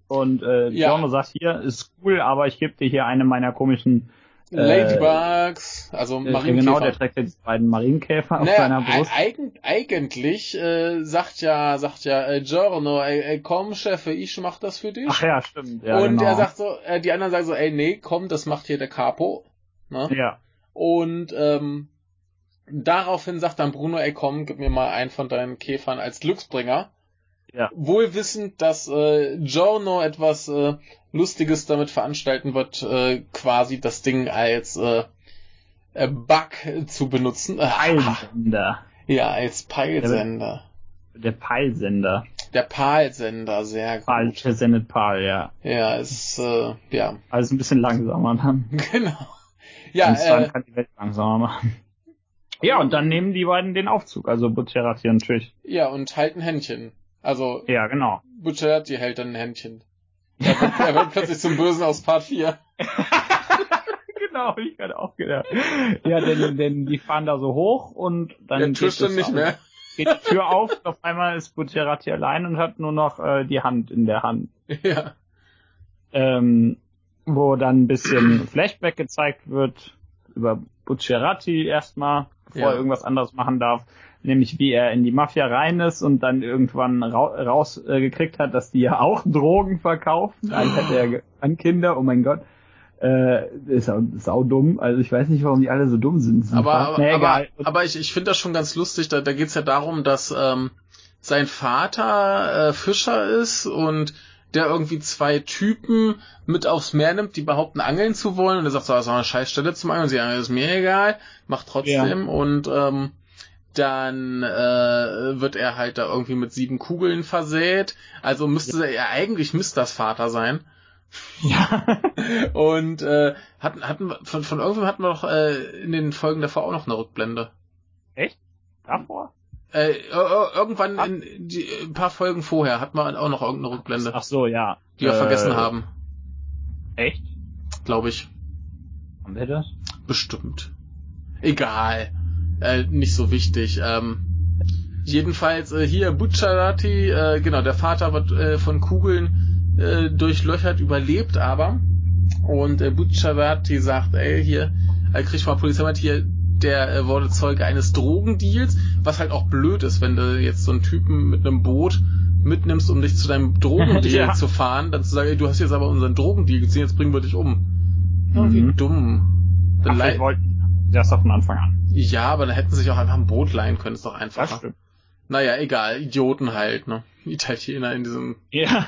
Speaker 3: Und äh,
Speaker 2: Ja.
Speaker 3: Giorno sagt hier, ist cool, aber ich gebe dir hier eine meiner komischen Äh,
Speaker 2: Ladybugs, also
Speaker 3: äh, genau, der
Speaker 2: Marienkäfer.
Speaker 3: trägt ja die beiden Marienkäfer auf
Speaker 2: Naja,
Speaker 3: seiner Brust.
Speaker 2: e- eigen- eigentlich äh, sagt ja, sagt ja äh, Giorno, ey, ey, komm, Chef, ich mach das für dich.
Speaker 3: Ach ja, stimmt. Ja,
Speaker 2: und
Speaker 3: genau.
Speaker 2: er sagt so, äh, die anderen sagen so, ey, nee, komm, das macht hier der Capo. Ne?
Speaker 3: ja,
Speaker 2: Und ähm, daraufhin sagt dann Bruno, ey komm, gib mir mal einen von deinen Käfern als Glücksbringer.
Speaker 3: Ja.
Speaker 2: Wohl wissend, dass äh, Giorno etwas äh, Lustiges damit veranstalten wird, äh, quasi das Ding als äh, äh, Bug zu benutzen. Ach,
Speaker 3: Peilsender.
Speaker 2: ja, als Peilsender.
Speaker 3: Der Peilsender.
Speaker 2: Der Palsender, sehr gut.
Speaker 3: Peil, der sendet Peil, ja.
Speaker 2: Ja, es äh, ja,
Speaker 3: Also ein bisschen langsamer dann.
Speaker 2: genau.
Speaker 3: Ja,
Speaker 2: Ja, äh,
Speaker 3: kann die Welt langsamer machen. Mhm. Ja, und dann nehmen die beiden den Aufzug, also Butcherat hier natürlich.
Speaker 2: ja, und halt ein Händchen. Also
Speaker 3: Ja, genau.
Speaker 2: Bucciarati hält dann ein Händchen. Er wird, er wird plötzlich zum Bösen aus Part 4.
Speaker 3: genau, ich hatte auch gedacht. Ja, denn, denn die fahren da so hoch und dann
Speaker 2: Der
Speaker 3: geht
Speaker 2: Tisch dann
Speaker 3: das
Speaker 2: nicht
Speaker 3: auf-
Speaker 2: mehr.
Speaker 3: geht die Tür auf und auf einmal ist Butcherati allein und hat nur noch äh, die Hand in der Hand.
Speaker 2: Ja.
Speaker 3: Ähm, wo dann ein bisschen Flashback gezeigt wird über Butcherati erstmal, bevor
Speaker 2: Ja.
Speaker 3: er irgendwas anderes machen darf. Nämlich wie er in die Mafia rein ist und dann irgendwann ra rausgekriegt äh, gekriegt hat, dass die ja auch Drogen verkaufen. Eigentlich hat er ge- an Kinder, oh mein Gott. Äh, ist sau, sau dumm. Also ich weiß nicht, warum die alle so dumm sind.
Speaker 1: Hm,
Speaker 2: Aber, aber,
Speaker 3: Na,
Speaker 2: aber,
Speaker 3: egal.
Speaker 2: aber ich, ich finde das schon ganz lustig. Da, da geht's ja darum, dass ähm, sein Vater äh, Fischer ist und der irgendwie zwei Typen mit aufs Meer nimmt, die behaupten, angeln zu wollen. Und er sagt so, das ist doch eine scheiß Stelle zum Angeln. Sie sagen, ist mir egal, macht trotzdem. Und ähm, dann äh, wird er halt da irgendwie mit sieben Kugeln versät. Also müsste er ja eigentlich Misters Vater sein.
Speaker 1: Ja.
Speaker 2: Und äh, hatten, hatten wir- von, von irgendwem hatten wir doch äh, in den Folgen davor auch noch eine Rückblende.
Speaker 1: Davor?
Speaker 2: Äh, ir- ir- irgendwann in die, ein paar Folgen vorher hatten wir auch noch irgendeine Rückblende,
Speaker 1: Ach so, ja.
Speaker 2: die wir
Speaker 1: Äh,
Speaker 2: vergessen haben,
Speaker 1: Echt?
Speaker 2: glaube ich.
Speaker 1: Haben wir das?
Speaker 2: Bestimmt. Egal. Äh, nicht so wichtig. Ähm, jedenfalls äh, hier Bucciarati, äh, genau, der Vater wird äh, von Kugeln äh, durchlöchert, überlebt aber. Und äh, Bucciarati sagt, ey, hier, äh, kriegt mal Polizei mit, hier, der äh, wurde Zeuge eines Drogendeals, was halt auch blöd ist, wenn du jetzt so einen Typen mit einem Boot mitnimmst, um dich zu deinem Drogendeal
Speaker 1: Ja.
Speaker 2: zu fahren, dann zu sagen, ey, du hast jetzt aber unseren Drogendeal gesehen, jetzt bringen wir dich um. Irgendwie
Speaker 1: Mhm.
Speaker 2: dumm. Dann
Speaker 1: Ach,
Speaker 2: leid-
Speaker 1: vielleicht wollten das doch von Anfang an.
Speaker 2: ja, aber dann hätten sie sich auch einfach ein Boot leihen können, ist doch
Speaker 1: Das
Speaker 2: einfacher.
Speaker 1: stimmt.
Speaker 2: Naja, egal, Idioten halt, ne? Italiener in diesem.
Speaker 1: Ja.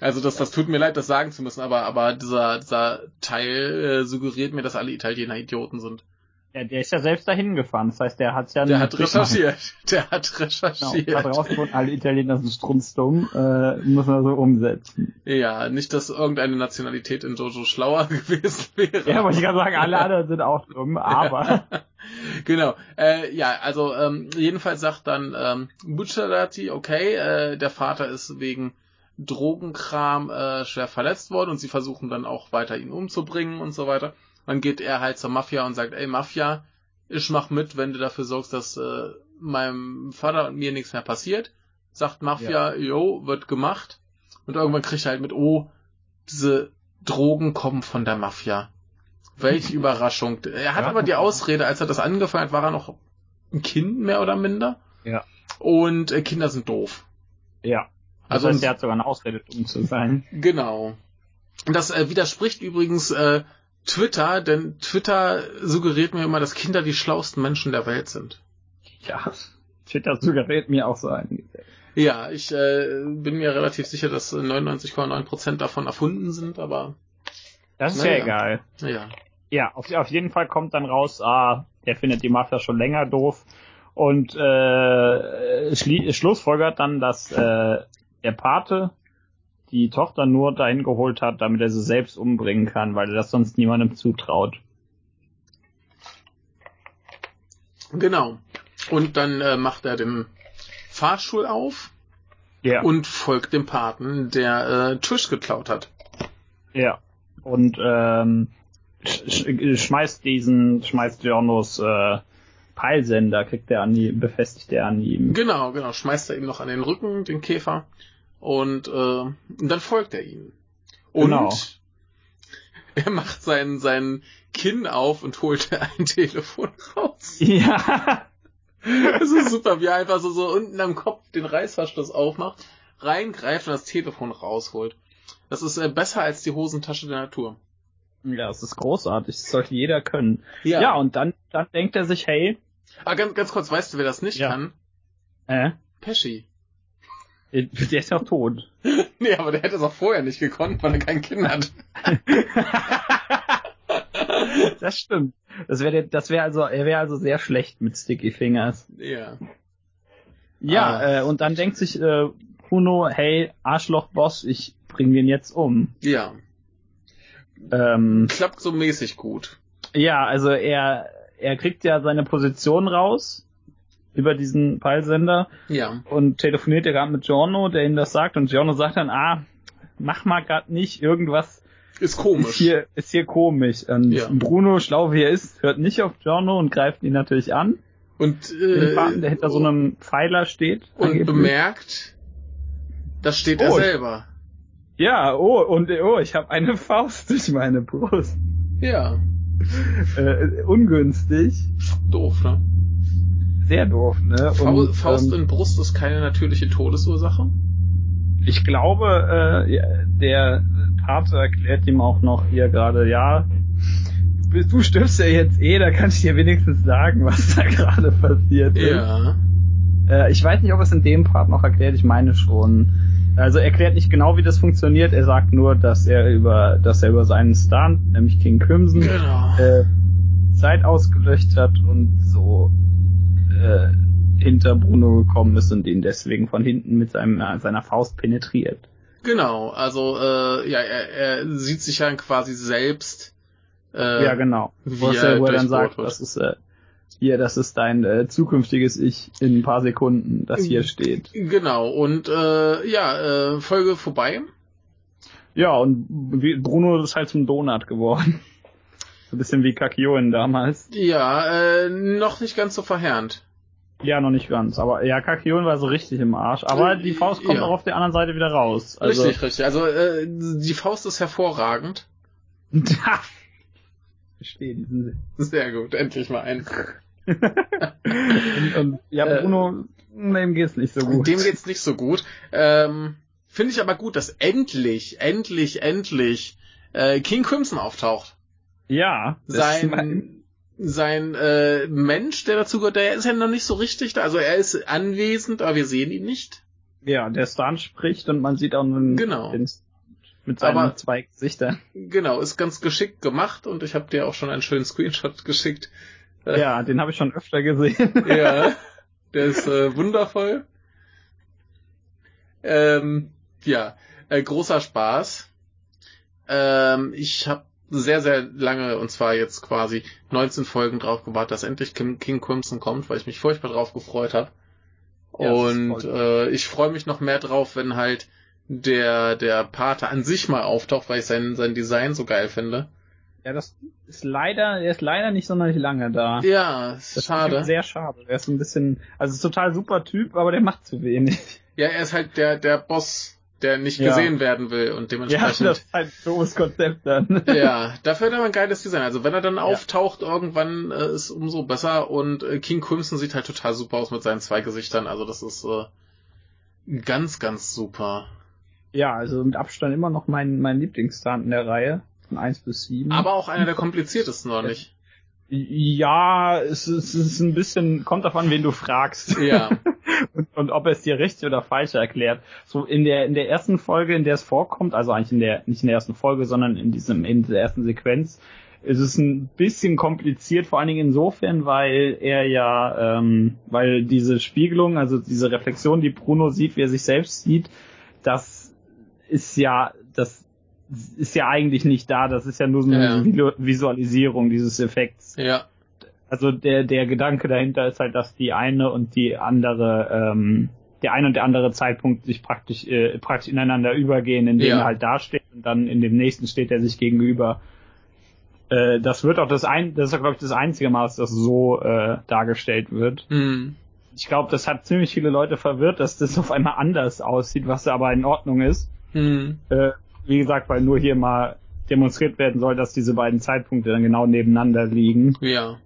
Speaker 2: Also das, das tut mir leid, das sagen zu müssen, aber, aber dieser, dieser Teil äh, suggeriert mir, dass alle Italiener Idioten sind.
Speaker 1: ja. Der ist ja selbst dahin gefahren. Das heißt, der hat's ja
Speaker 2: Der
Speaker 1: nicht
Speaker 2: hat
Speaker 1: mitgemacht.
Speaker 2: recherchiert. Der hat
Speaker 1: Genau,
Speaker 2: recherchiert.
Speaker 1: hat rausgefunden, alle Italiener sind strunzdumm, äh, müssen wir so umsetzen.
Speaker 2: ja, nicht, dass irgendeine Nationalität in Jojo schlauer gewesen wäre.
Speaker 1: Ja, wollte ich gerade sagen, alle anderen sind auch dumm, aber
Speaker 2: genau. Äh, ja, also ähm, jedenfalls sagt dann ähm, Bucciarati, okay, äh, der Vater ist wegen Drogenkram äh, schwer verletzt worden und sie versuchen dann auch weiter ihn umzubringen und so weiter. Dann geht er halt zur Mafia und sagt, ey Mafia, ich mach mit, wenn du dafür sorgst, dass äh, meinem Vater und mir nichts mehr passiert. Sagt Mafia, yo, wird gemacht. Und irgendwann kriegt er halt mit, oh, diese Drogen kommen von der Mafia. Welche Überraschung. Er hat
Speaker 1: Ja.
Speaker 2: aber die Ausrede, als er das angefangen hat, war er noch ein Kind mehr oder minder.
Speaker 1: Ja.
Speaker 2: Und äh, Kinder sind doof.
Speaker 1: ja.
Speaker 2: Also
Speaker 1: Also heißt, der hat sogar eine Ausrede, dumm zu sein.
Speaker 2: Genau. Das äh, widerspricht übrigens äh, Twitter, denn Twitter suggeriert mir immer, dass Kinder die schlausten Menschen der Welt sind.
Speaker 1: Ja. Twitter suggeriert mir auch so ein.
Speaker 2: Ja, ich äh, bin mir relativ sicher, dass äh, 99,9% davon erfunden sind, aber
Speaker 1: Das ist
Speaker 2: Naja.
Speaker 1: ja egal.
Speaker 2: naja.
Speaker 1: Ja, auf, auf jeden Fall kommt dann raus, ah, der findet die Mafia schon länger doof. Und äh, schli schlussfolgert dann, dass äh, der Pate die Tochter nur dahin geholt hat, damit er sie selbst umbringen kann, weil er das sonst niemandem zutraut.
Speaker 2: Genau. Und dann äh, macht er den Fahrstuhl auf
Speaker 1: Ja.
Speaker 2: und folgt dem Paten, der äh, Tisch geklaut hat.
Speaker 1: Ja. Und ähm, sch sch- schmeißt diesen, schmeißt Giornos äh, Peilsender, kriegt er an die, befestigt er an ihm.
Speaker 2: Genau, genau. Schmeißt er ihm noch an den Rücken, den Käfer. Und, äh, und dann folgt er ihm. Und
Speaker 1: Genau.
Speaker 2: er macht sein, sein Kinn auf und holt ein Telefon raus.
Speaker 1: Ja.
Speaker 2: Das ist super, wie er einfach so, so unten am Kopf den Reißverschluss aufmacht, reingreift und das Telefon rausholt. Das ist äh, besser als die Hosentasche der Natur.
Speaker 1: Ja, es ist großartig, das sollte jeder können. Ja, und dann, dann denkt er sich, hey,
Speaker 2: Ah, ganz, ganz kurz, weißt du, wer das nicht
Speaker 1: Ja.
Speaker 2: kann?
Speaker 1: äh,
Speaker 2: Pesci.
Speaker 1: der ist doch tot.
Speaker 2: Nee, aber der hätte es auch vorher nicht gekonnt, weil er kein Kind hat.
Speaker 1: Das stimmt. Das wäre das wäre also, er wäre also sehr schlecht mit Sticky Fingers.
Speaker 2: Ja.
Speaker 1: Ja,
Speaker 2: Ah.
Speaker 1: äh, und dann denkt sich äh, Kuno, hey, Arschloch-Boss, ich bring den jetzt um.
Speaker 2: Ja.
Speaker 1: Ähm,
Speaker 2: Klappt so mäßig gut.
Speaker 1: Ja, also er, er kriegt ja seine Position raus über diesen Peilsender
Speaker 2: Ja.
Speaker 1: und telefoniert ja gerade mit Giorno, der ihm das sagt und Giorno sagt dann, ah, mach mal grad nicht, irgendwas
Speaker 2: Ist
Speaker 1: ist
Speaker 2: komisch.
Speaker 1: hier, ist hier komisch. Und
Speaker 2: Ja.
Speaker 1: Bruno, schlau wie er ist, hört nicht auf Giorno und greift ihn natürlich an.
Speaker 2: und
Speaker 1: Den
Speaker 2: äh,
Speaker 1: Faden, der hinter so einem Pfeiler steht.
Speaker 2: und
Speaker 1: angeblich.
Speaker 2: bemerkt, das steht er
Speaker 1: Oh, ich-
Speaker 2: selber.
Speaker 1: Ja, oh, und oh, ich habe eine Faust durch meine Brust.
Speaker 2: Ja.
Speaker 1: Äh, ungünstig.
Speaker 2: Doof, ne?
Speaker 1: Sehr doof, ne?
Speaker 2: Fau
Speaker 1: Und,
Speaker 2: Faust
Speaker 1: ähm,
Speaker 2: in Brust ist keine natürliche Todesursache.
Speaker 1: Ich glaube, äh, ja, der Pate erklärt ihm auch noch hier gerade, ja, du stirbst ja jetzt eh, da kann ich dir wenigstens sagen, was da gerade passiert ist.
Speaker 2: Ja.
Speaker 1: Äh, ich weiß nicht, ob es in dem Part noch erklärt, ich meine schon. Also er erklärt nicht genau, wie das funktioniert. Er sagt nur, dass er über, dass er über seinen Star, nämlich King Crimson,
Speaker 2: Genau.
Speaker 1: äh, Zeit ausgelöscht hat und so äh, hinter Bruno gekommen ist und ihn deswegen von hinten mit seinem, äh, seiner Faust penetriert.
Speaker 2: Genau, also äh, ja, er, er sieht sich dann quasi selbst. Äh,
Speaker 1: ja, genau.
Speaker 2: wie
Speaker 1: Was
Speaker 2: er
Speaker 1: er, wo er dann
Speaker 2: durchbohrt
Speaker 1: sagt,
Speaker 2: wird.
Speaker 1: das ist äh, hier, das ist dein äh, zukünftiges Ich in ein paar Sekunden, das
Speaker 2: Mhm.
Speaker 1: hier steht.
Speaker 2: Genau, und äh, ja, äh, Folge vorbei.
Speaker 1: Ja, und wie- Bruno ist halt zum Donut geworden. So ein bisschen wie Kakioin damals.
Speaker 2: Ja, äh, noch nicht ganz so verheerend.
Speaker 1: Ja, noch nicht ganz. Aber ja, Kakioin war so richtig im Arsch. Aber die Faust kommt
Speaker 2: Ja.
Speaker 1: auch auf der anderen Seite wieder raus. Also,
Speaker 2: richtig, richtig. Also äh, die Faust ist hervorragend.
Speaker 1: Da. Verstehe diesen Sinn.
Speaker 2: Sehr gut, endlich mal ein.
Speaker 1: Und, und, ja,
Speaker 2: Äh,
Speaker 1: Bruno, dem geht's nicht so gut.
Speaker 2: Dem geht's nicht so gut. Ähm, Finde ich aber gut, dass endlich, endlich, endlich äh, King Crimson auftaucht.
Speaker 1: ja, das war-
Speaker 2: Sein sein äh, Mensch, der dazu gehört, der ist ja noch nicht so richtig da. Also er ist anwesend, aber wir sehen ihn nicht.
Speaker 1: ja, der Stan spricht und man sieht auch einen,
Speaker 2: Genau.
Speaker 1: den, mit seinen
Speaker 2: Aber-
Speaker 1: zwei Gesichtern.
Speaker 2: Genau, ist ganz geschickt gemacht und ich habe dir auch schon einen schönen Screenshot geschickt. Äh.
Speaker 1: Ja, den habe ich schon öfter gesehen.
Speaker 2: Ja, der ist äh, wundervoll. Ähm, ja, äh, großer Spaß. Ähm, ich habe sehr, sehr lange, und zwar jetzt quasi 19 Folgen drauf gewartet, dass endlich Kim, King Crimson kommt, weil ich mich furchtbar drauf gefreut habe.
Speaker 1: Ja, das ist
Speaker 2: und
Speaker 1: toll.
Speaker 2: äh, ich freue mich noch mehr drauf, wenn halt der, der Pate an sich mal auftaucht, weil ich sein, sein Design so geil finde.
Speaker 1: ja, das ist leider, der ist leider nicht sonderlich lange da.
Speaker 2: Ja,
Speaker 1: Ah. Das
Speaker 2: schade.
Speaker 1: Ist sehr schade. Der ist ein bisschen, also ist total super Typ, aber der macht zu wenig.
Speaker 2: Ja, er ist halt der, der Boss, der nicht
Speaker 1: Ja.
Speaker 2: gesehen werden will und
Speaker 1: Ja, das
Speaker 2: dementsprechend.
Speaker 1: ist halt ein doofes Konzept dann.
Speaker 2: Ja, dafür hat er mal ein geiles Design. Also wenn er dann auftaucht irgendwann, äh, ist umso besser und äh, King Crimson sieht halt total super aus mit seinen zwei Gesichtern. Also das ist äh, ganz, ganz super.
Speaker 1: Ja, also mit Abstand immer noch mein, mein Lieblingsstunt in der Reihe. Von 1 bis 7.
Speaker 2: Aber auch einer der kompliziertesten, oder nicht?
Speaker 1: ja, es ist, es ist ein bisschen, kommt davon, wen du fragst.
Speaker 2: Ja,
Speaker 1: Und, und ob er es dir richtig oder falsch erklärt. So in der, in der ersten Folge, in der es vorkommt, also eigentlich in der, nicht in der ersten Folge, sondern in diesem, in der ersten Sequenz, ist es ein bisschen kompliziert, vor allen Dingen insofern, weil er ja, ähm, weil diese Spiegelung, also diese Reflexion, die Bruno sieht, wie er sich selbst sieht, das ist ja, das ist ja eigentlich nicht da, das ist ja nur so
Speaker 2: Ja.
Speaker 1: eine Vilu- Visualisierung dieses Effekts.
Speaker 2: ja,
Speaker 1: Also der, der Gedanke dahinter ist halt, dass die eine und die andere, ähm, der eine und der andere Zeitpunkt sich praktisch, äh, praktisch ineinander übergehen, indem
Speaker 2: Ja.
Speaker 1: er halt dasteht und dann in dem nächsten steht er sich gegenüber. Äh, das wird auch das ein, das ist glaube ich das einzige Mal, dass das so äh, dargestellt wird.
Speaker 2: hm.
Speaker 1: Ich glaube, das hat ziemlich viele Leute verwirrt, dass das auf einmal anders aussieht, was aber in Ordnung ist.
Speaker 2: Hm.
Speaker 1: Äh, wie gesagt, weil nur hier mal demonstriert werden soll, dass diese beiden Zeitpunkte dann genau nebeneinander liegen.
Speaker 2: ja.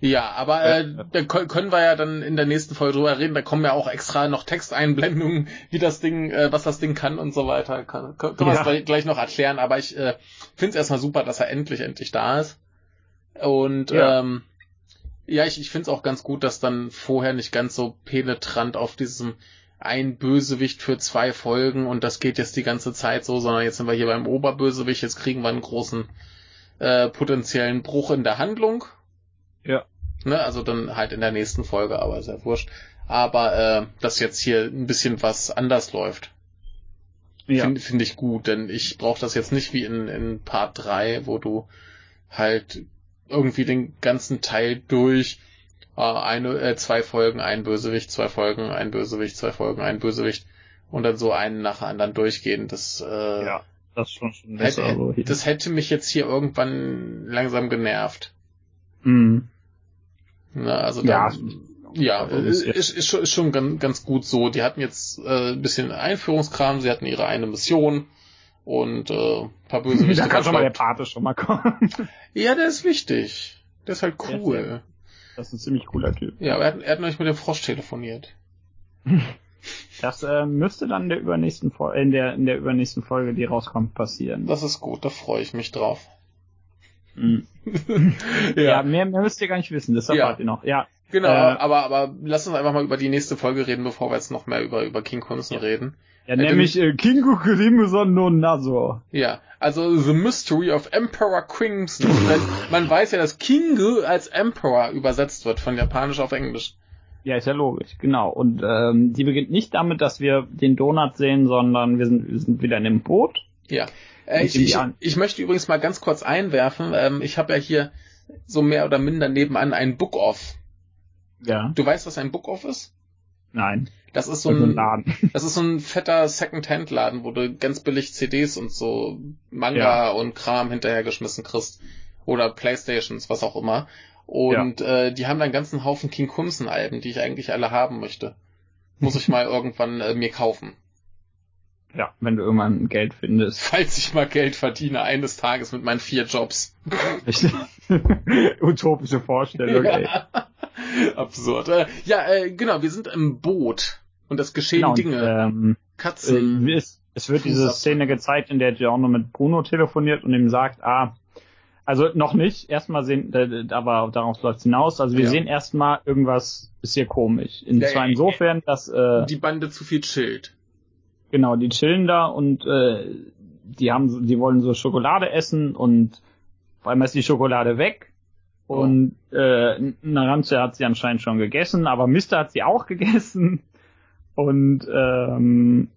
Speaker 2: Ja, aber äh, da ko- können wir ja dann in der nächsten Folge drüber reden. Da kommen ja auch extra noch Texteinblendungen, wie das Ding, äh, was das Ding kann und so weiter. Kann, können wir
Speaker 1: Ja.
Speaker 2: das gleich- gleich noch erklären, aber ich äh, finde es erstmal super, dass er endlich, endlich da ist. Und ja,
Speaker 1: Ja.
Speaker 2: ähm, ja ich, ich finde es auch ganz gut, dass dann vorher nicht ganz so penetrant auf diesem ein Bösewicht für zwei Folgen und das geht jetzt die ganze Zeit so, sondern jetzt sind wir hier beim Oberbösewicht, jetzt kriegen wir einen großen äh, potenziellen Bruch in der Handlung.
Speaker 1: Ja.
Speaker 2: Ne, also dann halt in der nächsten Folge, aber ist ja wurscht. Aber äh, dass jetzt hier ein bisschen was anders läuft, finde find ich gut, denn ich brauche das jetzt nicht wie in, in Part 3, wo du halt irgendwie den ganzen Teil durch äh, eine, äh, zwei Folgen, ein Bösewicht, zwei Folgen, ein Bösewicht, zwei Folgen, ein Bösewicht und dann so einen nach dem anderen durchgehen. Das äh,
Speaker 1: Ja, das ist schon, schon
Speaker 2: Hätte,
Speaker 1: besser. so hier.
Speaker 2: Halt, äh, das hätte mich jetzt hier irgendwann langsam genervt.
Speaker 1: Mhm.
Speaker 2: Ne? Also
Speaker 1: Ja,
Speaker 2: dann, ja,
Speaker 1: aber
Speaker 2: äh,
Speaker 1: ist-
Speaker 2: ist, ist, schon- ist schon ganz, ganz gut so. Die hatten jetzt äh, ein bisschen Einführungskram, sie hatten ihre eine Mission und äh, ein paar Bösewichte.
Speaker 1: da kann schon mal der
Speaker 2: verfolgt.
Speaker 1: Pate schon mal kommen.
Speaker 2: ja, der ist wichtig. Der ist halt
Speaker 1: Der ist
Speaker 2: cool.
Speaker 1: Das ist ein ziemlich cooler Typ.
Speaker 2: Ja, aber er hat, er hat neulich mit dem Frosch telefoniert.
Speaker 1: Das äh, müsste dann in der übernächsten Folge, in der, in der übernächsten Folge, die rauskommt, passieren.
Speaker 2: Das ist gut, da freue ich mich drauf.
Speaker 1: Mhm. Ja, mehr, mehr müsst ihr gar nicht wissen, das
Speaker 2: Ja.
Speaker 1: erfahrt ihr noch. Ja,
Speaker 2: Genau,
Speaker 4: Äh,
Speaker 2: aber, aber lass uns einfach mal über die nächste Folge reden, bevor wir jetzt noch mehr über, über King Crimson reden.
Speaker 4: Ja,
Speaker 2: Äh,
Speaker 4: nämlich äh, Kingu Kurimuson no Nazo.
Speaker 2: Ja, also The Mystery of Emperor Crimson. Denn man weiß ja, dass Kingu als Emperor übersetzt wird, von Japanisch auf Englisch.
Speaker 1: Ja, ist ja logisch, genau. Und ähm, die beginnt nicht damit, dass wir den Donut sehen, sondern wir sind, wir sind wieder in dem Boot.
Speaker 2: Ja. Äh,
Speaker 1: Ich
Speaker 2: ich,
Speaker 1: nehme die
Speaker 2: ich,
Speaker 1: an.
Speaker 2: ich möchte übrigens mal ganz kurz einwerfen, ähm, ich habe ja hier so mehr oder minder nebenan ein Book-Off.
Speaker 1: Ja.
Speaker 2: Du weißt, was ein Book-Off ist?
Speaker 1: Nein.
Speaker 2: Das ist so
Speaker 1: Also
Speaker 2: ein,
Speaker 1: Laden.
Speaker 2: das ist so ein fetter Second-Hand-Laden, wo du ganz billig CDs und so Manga und Kram hinterhergeschmissen kriegst. Oder Playstations, was auch immer. Und äh, die haben dann einen ganzen Haufen King Crimson-Alben, die ich eigentlich alle haben möchte. Muss ich mal irgendwann äh, mir kaufen.
Speaker 1: Ja, wenn du irgendwann Geld findest.
Speaker 2: Falls ich mal Geld verdiene, eines Tages mit meinen vier Jobs.
Speaker 1: Echt? Utopische Vorstellung, ey.
Speaker 2: Ja. Absurd. Äh, ja, äh, genau, wir sind im Boot. Und es geschehen
Speaker 1: Genau, und,
Speaker 2: Dinge.
Speaker 1: ähm,
Speaker 2: Katzen.
Speaker 1: äh, es, es wird diese Szene gezeigt, in der Giorno mit Bruno telefoniert und ihm sagt, ah, also noch nicht, erstmal sehen, äh, aber darauf läuft hinaus, also wir
Speaker 2: Ja.
Speaker 1: sehen erstmal, irgendwas ist hier komisch. In,
Speaker 2: Ja,
Speaker 1: zwar
Speaker 2: ja,
Speaker 1: insofern, dass äh,
Speaker 2: die Bande zu viel chillt.
Speaker 1: Genau, die chillen da und äh, die haben, so- die wollen so Schokolade essen und vor allem ist die Schokolade weg. Und äh, Naramse hat sie anscheinend schon gegessen, aber Mister hat sie auch gegessen. Und ähm,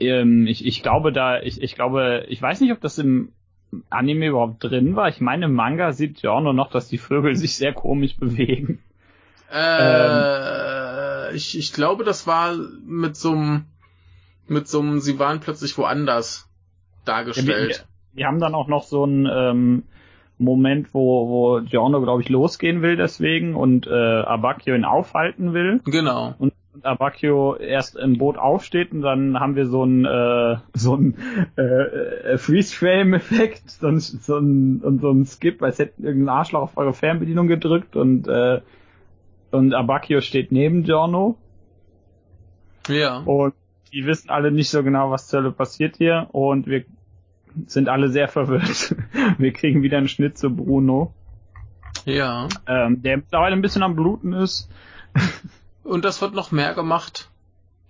Speaker 1: ähm, ich, ich glaube da, ich, ich glaube, ich weiß nicht, ob das im Anime überhaupt drin war. Ich meine, im Manga sieht Giorno noch, dass die Vögel sich sehr komisch bewegen. Ähm.
Speaker 2: Äh, ich, ich glaube, das war mit so einem, mit so einem, sie waren plötzlich woanders dargestellt.
Speaker 1: Die haben dann auch noch so einen ähm, Moment, wo, wo Giorno, glaube ich, losgehen will deswegen und äh, Abacchio ihn aufhalten will.
Speaker 2: Genau.
Speaker 1: Und Abacchio erst im Boot aufsteht und dann haben wir so einen, äh, so einen äh, äh, Freeze-Frame-Effekt so einen- so einen- und so einen Skip, als hätten irgendein Arschloch auf eure Fernbedienung gedrückt und, äh, und Abacchio steht neben Giorno
Speaker 2: Ja.
Speaker 1: und die wissen alle nicht so genau, was zur Hölle passiert hier und wir sind alle sehr verwirrt. Wir kriegen wieder einen Schnitt zu Bruno,
Speaker 2: Ja.
Speaker 1: ähm, der mittlerweile ein bisschen am Bluten ist.
Speaker 2: Und das wird noch mehr gemacht.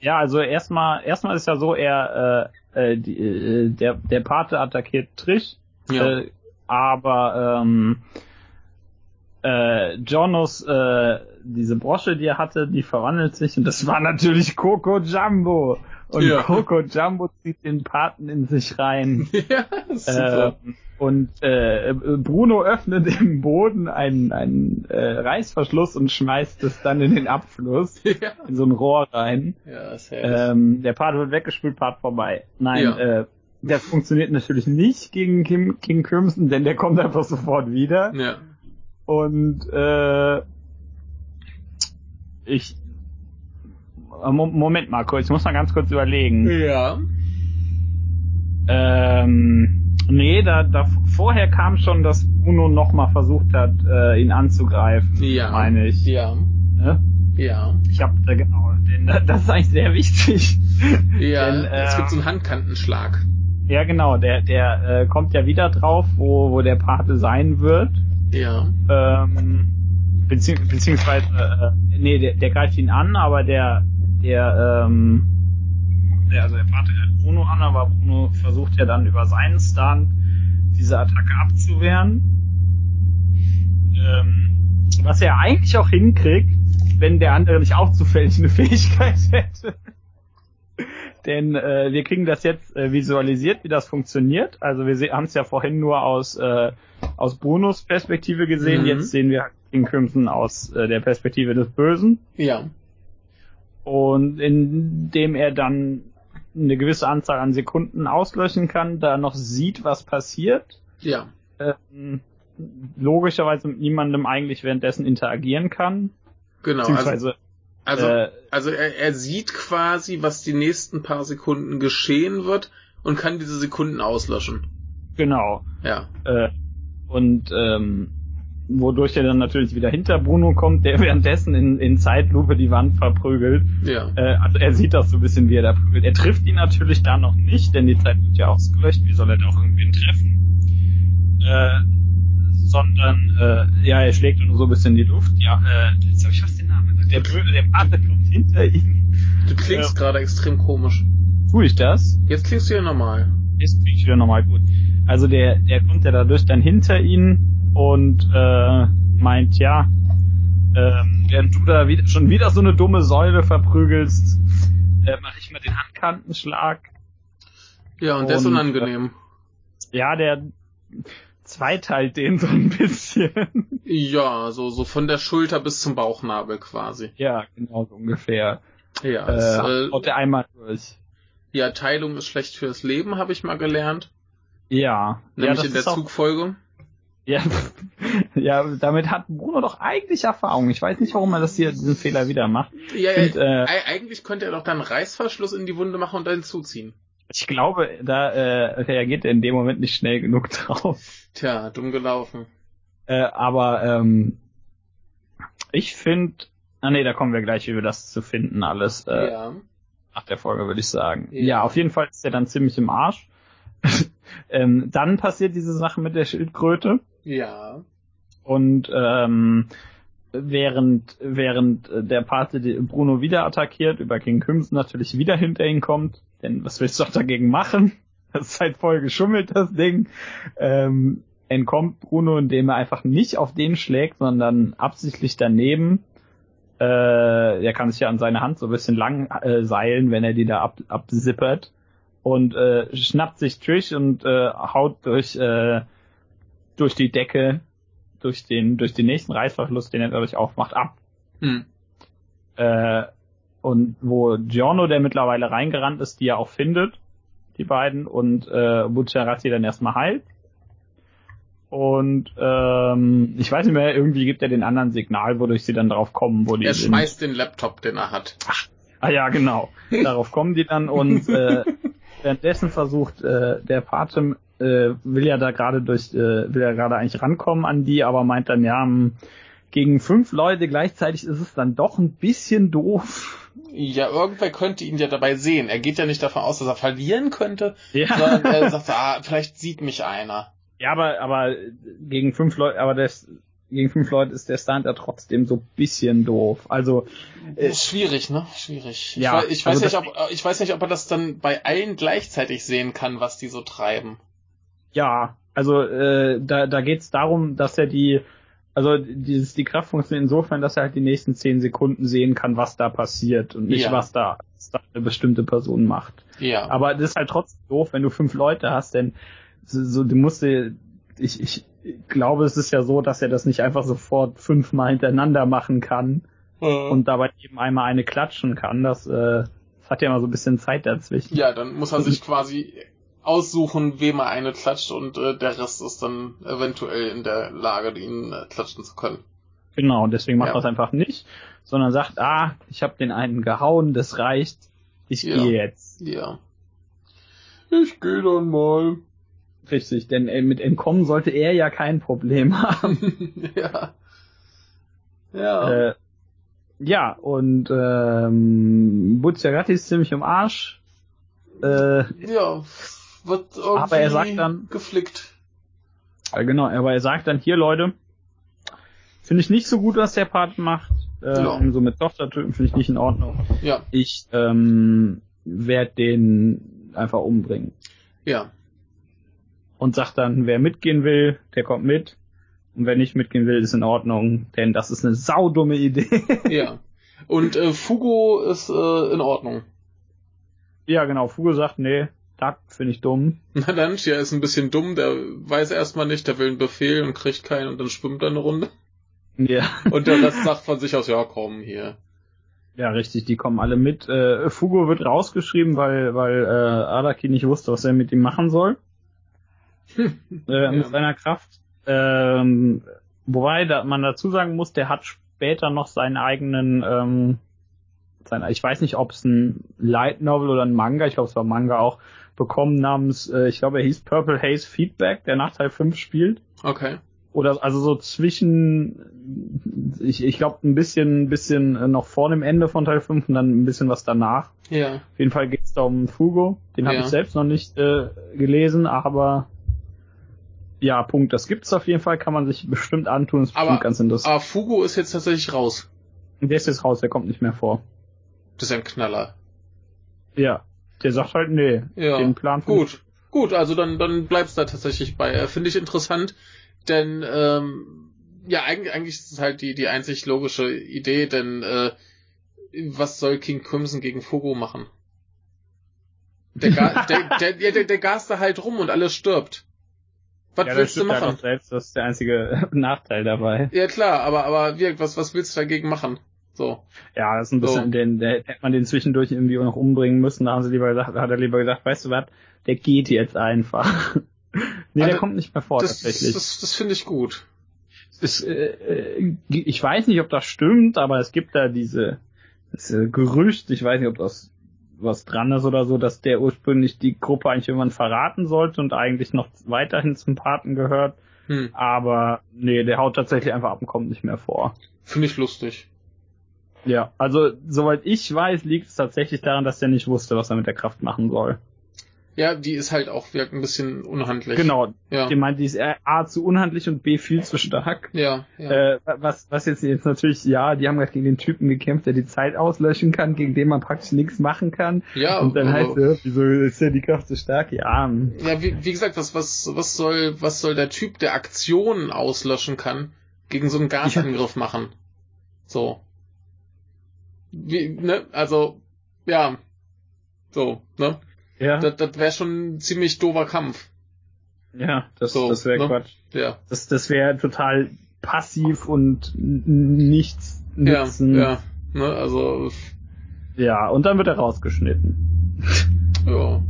Speaker 1: Ja, also erstmal, erstmal ist ja so, er, äh, äh, die, äh, der, der Pate attackiert Trish,
Speaker 2: Ja.
Speaker 1: äh, aber ähm, äh, Jonos, äh, diese Brosche, die er hatte, die verwandelt sich und das war natürlich Coco Jumbo. Und
Speaker 2: Ja.
Speaker 1: Coco Jumbo zieht den Paten in sich rein.
Speaker 2: ja,
Speaker 1: Äh,
Speaker 2: super.
Speaker 1: und äh, Bruno öffnet im Boden einen, einen äh, Reißverschluss und schmeißt es dann in den Abfluss,
Speaker 2: ja.
Speaker 1: in so ein Rohr rein.
Speaker 2: ja, ist herrlich.
Speaker 1: Ähm, der Part wird weggespült, Part vorbei. Nein,
Speaker 2: Ja.
Speaker 1: äh, das funktioniert natürlich nicht gegen Kim, King Crimson, denn der kommt einfach sofort wieder.
Speaker 2: ja.
Speaker 1: Und äh, ich... Mo- Moment mal kurz, ich muss mal ganz kurz überlegen.
Speaker 2: Ja.
Speaker 1: Ähm, nee, da, da vorher kam schon, dass Bruno nochmal versucht hat, äh, ihn anzugreifen,
Speaker 2: Ja.
Speaker 1: meine ich.
Speaker 2: Ja.
Speaker 1: Ne?
Speaker 2: Ja.
Speaker 1: Ich hab da genau, denn da- das ist eigentlich sehr wichtig.
Speaker 2: Ja.
Speaker 1: Denn,
Speaker 2: es gibt so
Speaker 1: ähm,
Speaker 2: einen Handkantenschlag.
Speaker 1: ja genau, der, der äh, kommt ja wieder drauf, wo, wo der Pate sein wird.
Speaker 2: Ja.
Speaker 1: Ähm, bezieh beziehungsweise, äh, nee, der, der greift ihn an, aber der, der, ähm, der, also der Pate greift Bruno an, aber Bruno versucht ja dann über seinen Stand diese Attacke abzuwehren. Ähm, was er eigentlich auch hinkriegt, wenn der andere nicht auch zufällig eine Fähigkeit hätte. Denn äh, wir kriegen das jetzt äh, visualisiert, wie das funktioniert. Also wir haben es ja vorhin nur aus, äh, aus Brunos Perspektive gesehen.
Speaker 2: Mhm.
Speaker 1: Jetzt sehen wir den Crimson aus äh, der Perspektive des Bösen.
Speaker 2: Ja.
Speaker 1: Und indem er dann eine gewisse Anzahl an Sekunden auslöschen kann, da noch sieht, was passiert,
Speaker 2: Ja.
Speaker 1: ähm, logischerweise mit niemandem eigentlich währenddessen interagieren kann.
Speaker 2: Genau. Also,
Speaker 1: beziehungsweise,
Speaker 2: also
Speaker 1: äh,
Speaker 2: Also er, er sieht quasi, was die nächsten paar Sekunden geschehen wird und kann diese Sekunden auslöschen.
Speaker 1: genau.
Speaker 2: Ja.
Speaker 1: Äh, und ähm, wodurch er dann natürlich wieder hinter Bruno kommt, der währenddessen in, in Zeitlupe die Wand verprügelt.
Speaker 2: Ja.
Speaker 1: Äh, also er sieht das so ein bisschen, wie er da prügelt. Er trifft ihn natürlich da noch nicht, denn die Zeit wird ja ausgelöscht. Wie soll er da auch irgendwen treffen? Äh, sondern äh, ja, er schlägt nur so ein bisschen in die Luft. Ja, äh, jetzt habe ich fast den Namen gesagt. Der, Bö- der Pate kommt hinter ihm.
Speaker 2: Du klingst gerade extrem komisch.
Speaker 1: Tue ich das?
Speaker 2: Jetzt klingst du ja normal.
Speaker 1: ist bin ich wieder nochmal gut. Also der, der kommt ja dadurch dann hinter ihn und äh, meint, ja, ähm, während du da wieder, schon wieder so eine dumme Säule verprügelst, äh, mache ich mal den Handkantenschlag.
Speaker 2: Ja, und, der ist
Speaker 1: Und, äh,
Speaker 2: unangenehm.
Speaker 1: Ja, der zweiteilt den so ein bisschen.
Speaker 2: Ja, so, so von der Schulter bis zum Bauchnabel quasi.
Speaker 1: ja, genau so ungefähr.
Speaker 2: Ja, es,
Speaker 1: Äh,
Speaker 2: äh,
Speaker 1: haut der einmal durch.
Speaker 2: ja, Teilung ist schlecht fürs Leben, habe ich mal gelernt.
Speaker 1: Ja. ja,
Speaker 2: Nämlich
Speaker 1: das
Speaker 2: in der
Speaker 1: ist auch-
Speaker 2: Zugfolge.
Speaker 1: Ja, ja, damit hat Bruno doch eigentlich Erfahrung. Ich weiß nicht, warum er das hier diesen Fehler wieder macht.
Speaker 2: Ja,
Speaker 1: Stimmt, äh,
Speaker 2: ja, ei- eigentlich könnte er doch dann einen Reißverschluss in die Wunde machen und dann zuziehen.
Speaker 1: Ich glaube, da äh, reagiert er in dem Moment nicht schnell genug drauf.
Speaker 2: Tja, dumm gelaufen.
Speaker 1: Äh, aber ähm, ich finde, ah nee, da kommen wir gleich, wie wir das zu finden alles äh,
Speaker 2: ja.
Speaker 1: nach der Folge, würde ich sagen.
Speaker 2: Ja.
Speaker 1: Ja. auf jeden Fall ist er dann ziemlich im Arsch. ähm, dann passiert diese Sache mit der Schildkröte
Speaker 2: Ja.
Speaker 1: und ähm, während während äh, der Pate die- Bruno wieder attackiert, über King Crimson natürlich wieder hinter ihn kommt, denn was willst du auch dagegen machen? Das ist halt voll geschummelt, das Ding. Ähm, entkommt Bruno, indem er einfach nicht auf den schlägt, sondern absichtlich daneben. Äh, er kann sich ja an seine Hand so ein bisschen lang äh, seilen, wenn er die da ab, absippert. Und äh, schnappt sich Trish und äh, haut durch, äh, durch die Decke, durch den, durch den nächsten Reißverschluss, den er dadurch aufmacht, ab.
Speaker 2: Hm.
Speaker 1: Äh, und wo Giorno, der mittlerweile reingerannt ist, die ja auch findet, die beiden, und äh, Bucciarati dann erstmal heilt. Und ähm, ich weiß nicht mehr, irgendwie gibt er den anderen Signal, wodurch sie dann drauf kommen, wo die
Speaker 2: Er
Speaker 1: sind.
Speaker 2: schmeißt den Laptop, den er hat.
Speaker 1: Ah ja, genau. Darauf kommen die dann und äh, währenddessen versucht äh, der Patem äh, will ja da gerade durch äh, will ja gerade eigentlich rankommen an die, aber meint dann ja hm, gegen fünf Leute gleichzeitig ist es dann doch ein bisschen doof.
Speaker 2: Ja, irgendwer könnte ihn ja dabei sehen. Er geht ja nicht davon aus, dass er verlieren könnte, sondern
Speaker 1: Ja,
Speaker 2: er sagt, ah, vielleicht sieht mich einer.
Speaker 1: äh, ja aber aber gegen fünf Leute, aber das gegen fünf Leute ist der Stand ja trotzdem so ein bisschen doof. Also Äh,
Speaker 2: Schwierig, ne? Schwierig.
Speaker 1: ja,
Speaker 2: ich, wei- ich, weiß
Speaker 1: also
Speaker 2: nicht, ob, äh, ich weiß nicht, ob er das dann bei allen gleichzeitig sehen kann, was die so treiben.
Speaker 1: Ja, also äh, da, da geht's darum, dass er die, also dieses, die Kraft funktioniert insofern, dass er halt die nächsten zehn Sekunden sehen kann, was da passiert und nicht,
Speaker 2: Ja.
Speaker 1: was da, was da eine bestimmte Person macht.
Speaker 2: Ja.
Speaker 1: Aber das ist halt trotzdem doof, wenn du fünf Leute hast, denn so, so du musst dir, ich, ich glaube, es ist ja so, dass er das nicht einfach sofort fünfmal hintereinander machen kann
Speaker 2: Äh,
Speaker 1: und dabei eben einmal eine klatschen kann. Das, äh, das hat ja immer so ein bisschen Zeit dazwischen.
Speaker 2: ja, dann muss er sich quasi aussuchen, wem er eine klatscht und äh, der Rest ist dann eventuell in der Lage, ihn äh, klatschen zu können.
Speaker 1: Genau, und deswegen macht
Speaker 2: Ja.
Speaker 1: er es einfach nicht, sondern sagt, ah, ich habe den einen gehauen, das reicht, ich
Speaker 2: Ja.
Speaker 1: gehe jetzt.
Speaker 2: Ja. Ich gehe dann mal.
Speaker 1: Richtig, denn äh, mit Entkommen sollte er ja kein Problem haben.
Speaker 2: ja. Ja.
Speaker 1: Äh, ja, und ähm, Buziagatti ist ziemlich im Arsch. Äh,
Speaker 2: ja. Wird irgendwie
Speaker 1: Aber er sagt dann-
Speaker 2: geflickt.
Speaker 1: äh, genau, aber er sagt dann, hier Leute, finde ich nicht so gut, was der Part macht. Ähm,
Speaker 2: Ja.
Speaker 1: So mit Tochtertöten finde ich nicht in Ordnung.
Speaker 2: Ja,
Speaker 1: Ich ähm, werde den einfach umbringen.
Speaker 2: ja.
Speaker 1: und sagt dann, wer mitgehen will, der kommt mit. Und wer nicht mitgehen will, ist in Ordnung, denn das ist eine saudumme Idee.
Speaker 2: Ja. Und äh, Fugo ist äh, in Ordnung.
Speaker 1: ja, genau. Fuge sagt, nee, das finde ich dumm.
Speaker 2: Na dann, Chia ist ein bisschen dumm, der weiß erstmal nicht, der will einen Befehl und kriegt keinen und dann schwimmt er eine Runde.
Speaker 1: Ja.
Speaker 2: Und der Rest sagt von sich aus, ja komm hier.
Speaker 1: ja, richtig, die kommen alle mit. Äh, Fugo wird rausgeschrieben, weil, weil äh, Araki nicht wusste, was er mit ihm machen soll. äh, Mit
Speaker 2: Ja.
Speaker 1: seiner Kraft. Ähm, wobei da, man dazu sagen muss, der hat später noch seinen eigenen, ähm, sein, ich weiß nicht, ob es ein Light Novel oder ein Manga, ich glaube es war Manga auch, bekommen namens, äh, ich glaube er hieß Purple Haze Feedback, der nach Teil 5 spielt.
Speaker 2: Okay.
Speaker 1: Oder also so zwischen, ich, ich glaube ein bisschen, ein bisschen äh, noch vor dem Ende von Teil 5 und dann ein bisschen was danach.
Speaker 2: Ja.
Speaker 1: Auf jeden Fall geht es da um Fugo. Den habe
Speaker 2: Ja.
Speaker 1: ich selbst noch nicht äh, gelesen, aber ja, Punkt. Das gibt's auf jeden Fall, kann man sich bestimmt antun, ist
Speaker 2: Aber-
Speaker 1: bestimmt ganz interessant.
Speaker 2: Aber Ah, Fugo ist jetzt tatsächlich raus.
Speaker 1: Der ist jetzt raus, der kommt nicht mehr vor.
Speaker 2: Das ist ein Knaller.
Speaker 1: Ja. Der sagt halt, nee,
Speaker 2: Ja.
Speaker 1: den Plan von-
Speaker 2: Gut, gut, also dann, dann bleibt's da tatsächlich bei. Äh, Finde ich interessant, denn ähm, ja, eigentlich, eigentlich ist es halt die, die einzig logische Idee, denn äh, was soll King Crimson gegen Fugo machen? Der, Ga der, der, der, der, der gast da halt rum und alles stirbt. Was
Speaker 1: ja, das
Speaker 2: willst du
Speaker 1: stimmt halt
Speaker 2: machen?
Speaker 1: auch selbst, das ist der einzige Nachteil dabei.
Speaker 2: Ja klar, aber, aber wirkt, was, was willst du dagegen machen? So.
Speaker 1: Ja, das ist ein
Speaker 2: So.
Speaker 1: bisschen, den, der, hätte man den zwischendurch irgendwie auch noch umbringen müssen, da haben sie lieber gesagt, hat er lieber gesagt, weißt du was, der geht jetzt einfach. nee,
Speaker 2: Also,
Speaker 1: der kommt nicht mehr vor,
Speaker 2: Das,
Speaker 1: Oh, tatsächlich.
Speaker 2: das, das finde ich gut.
Speaker 1: es, äh, äh, ich weiß nicht, ob das stimmt, aber es gibt da diese das äh, Gerücht, ich weiß nicht, ob das was dran ist oder so, dass der ursprünglich die Gruppe eigentlich irgendwann verraten sollte und eigentlich noch weiterhin zum Paten gehört,
Speaker 2: Hm,
Speaker 1: aber nee, der haut tatsächlich einfach ab und kommt nicht mehr vor.
Speaker 2: finde ich lustig.
Speaker 1: Ja, also soweit ich weiß, liegt es tatsächlich daran, dass der nicht wusste, was er mit der Kraft machen soll.
Speaker 2: Ja, die ist halt auch, wirkt ein bisschen unhandlich.
Speaker 1: Genau,
Speaker 2: Ja.
Speaker 1: ich meine, die ist A zu unhandlich und B viel zu stark.
Speaker 2: Ja, ja.
Speaker 1: Äh, was, was jetzt, jetzt natürlich, ja, die haben gerade gegen den Typen gekämpft, der die Zeit auslöschen kann, gegen den man praktisch nichts machen kann.
Speaker 2: ja also
Speaker 1: und dann
Speaker 2: aber-
Speaker 1: heißt es, wieso ist ja die Kraft so stark? Ja, ähm,
Speaker 2: Ja, wie, wie gesagt, was, was, was soll, was soll der Typ, der Aktionen auslöschen kann, gegen so einen Gasangriff machen? So. Wie, ne, also, ja. So, ne?
Speaker 1: ja,
Speaker 2: Das, das wäre schon ein ziemlich dober Kampf.
Speaker 1: ja, das,
Speaker 2: so,
Speaker 1: das wäre
Speaker 2: ne?
Speaker 1: Quatsch.
Speaker 2: Ja.
Speaker 1: Das, das wäre total passiv und n- nichts
Speaker 2: Ja,
Speaker 1: nützen.
Speaker 2: ja. Ne, also,
Speaker 1: ja, und dann wird er rausgeschnitten.
Speaker 2: ja.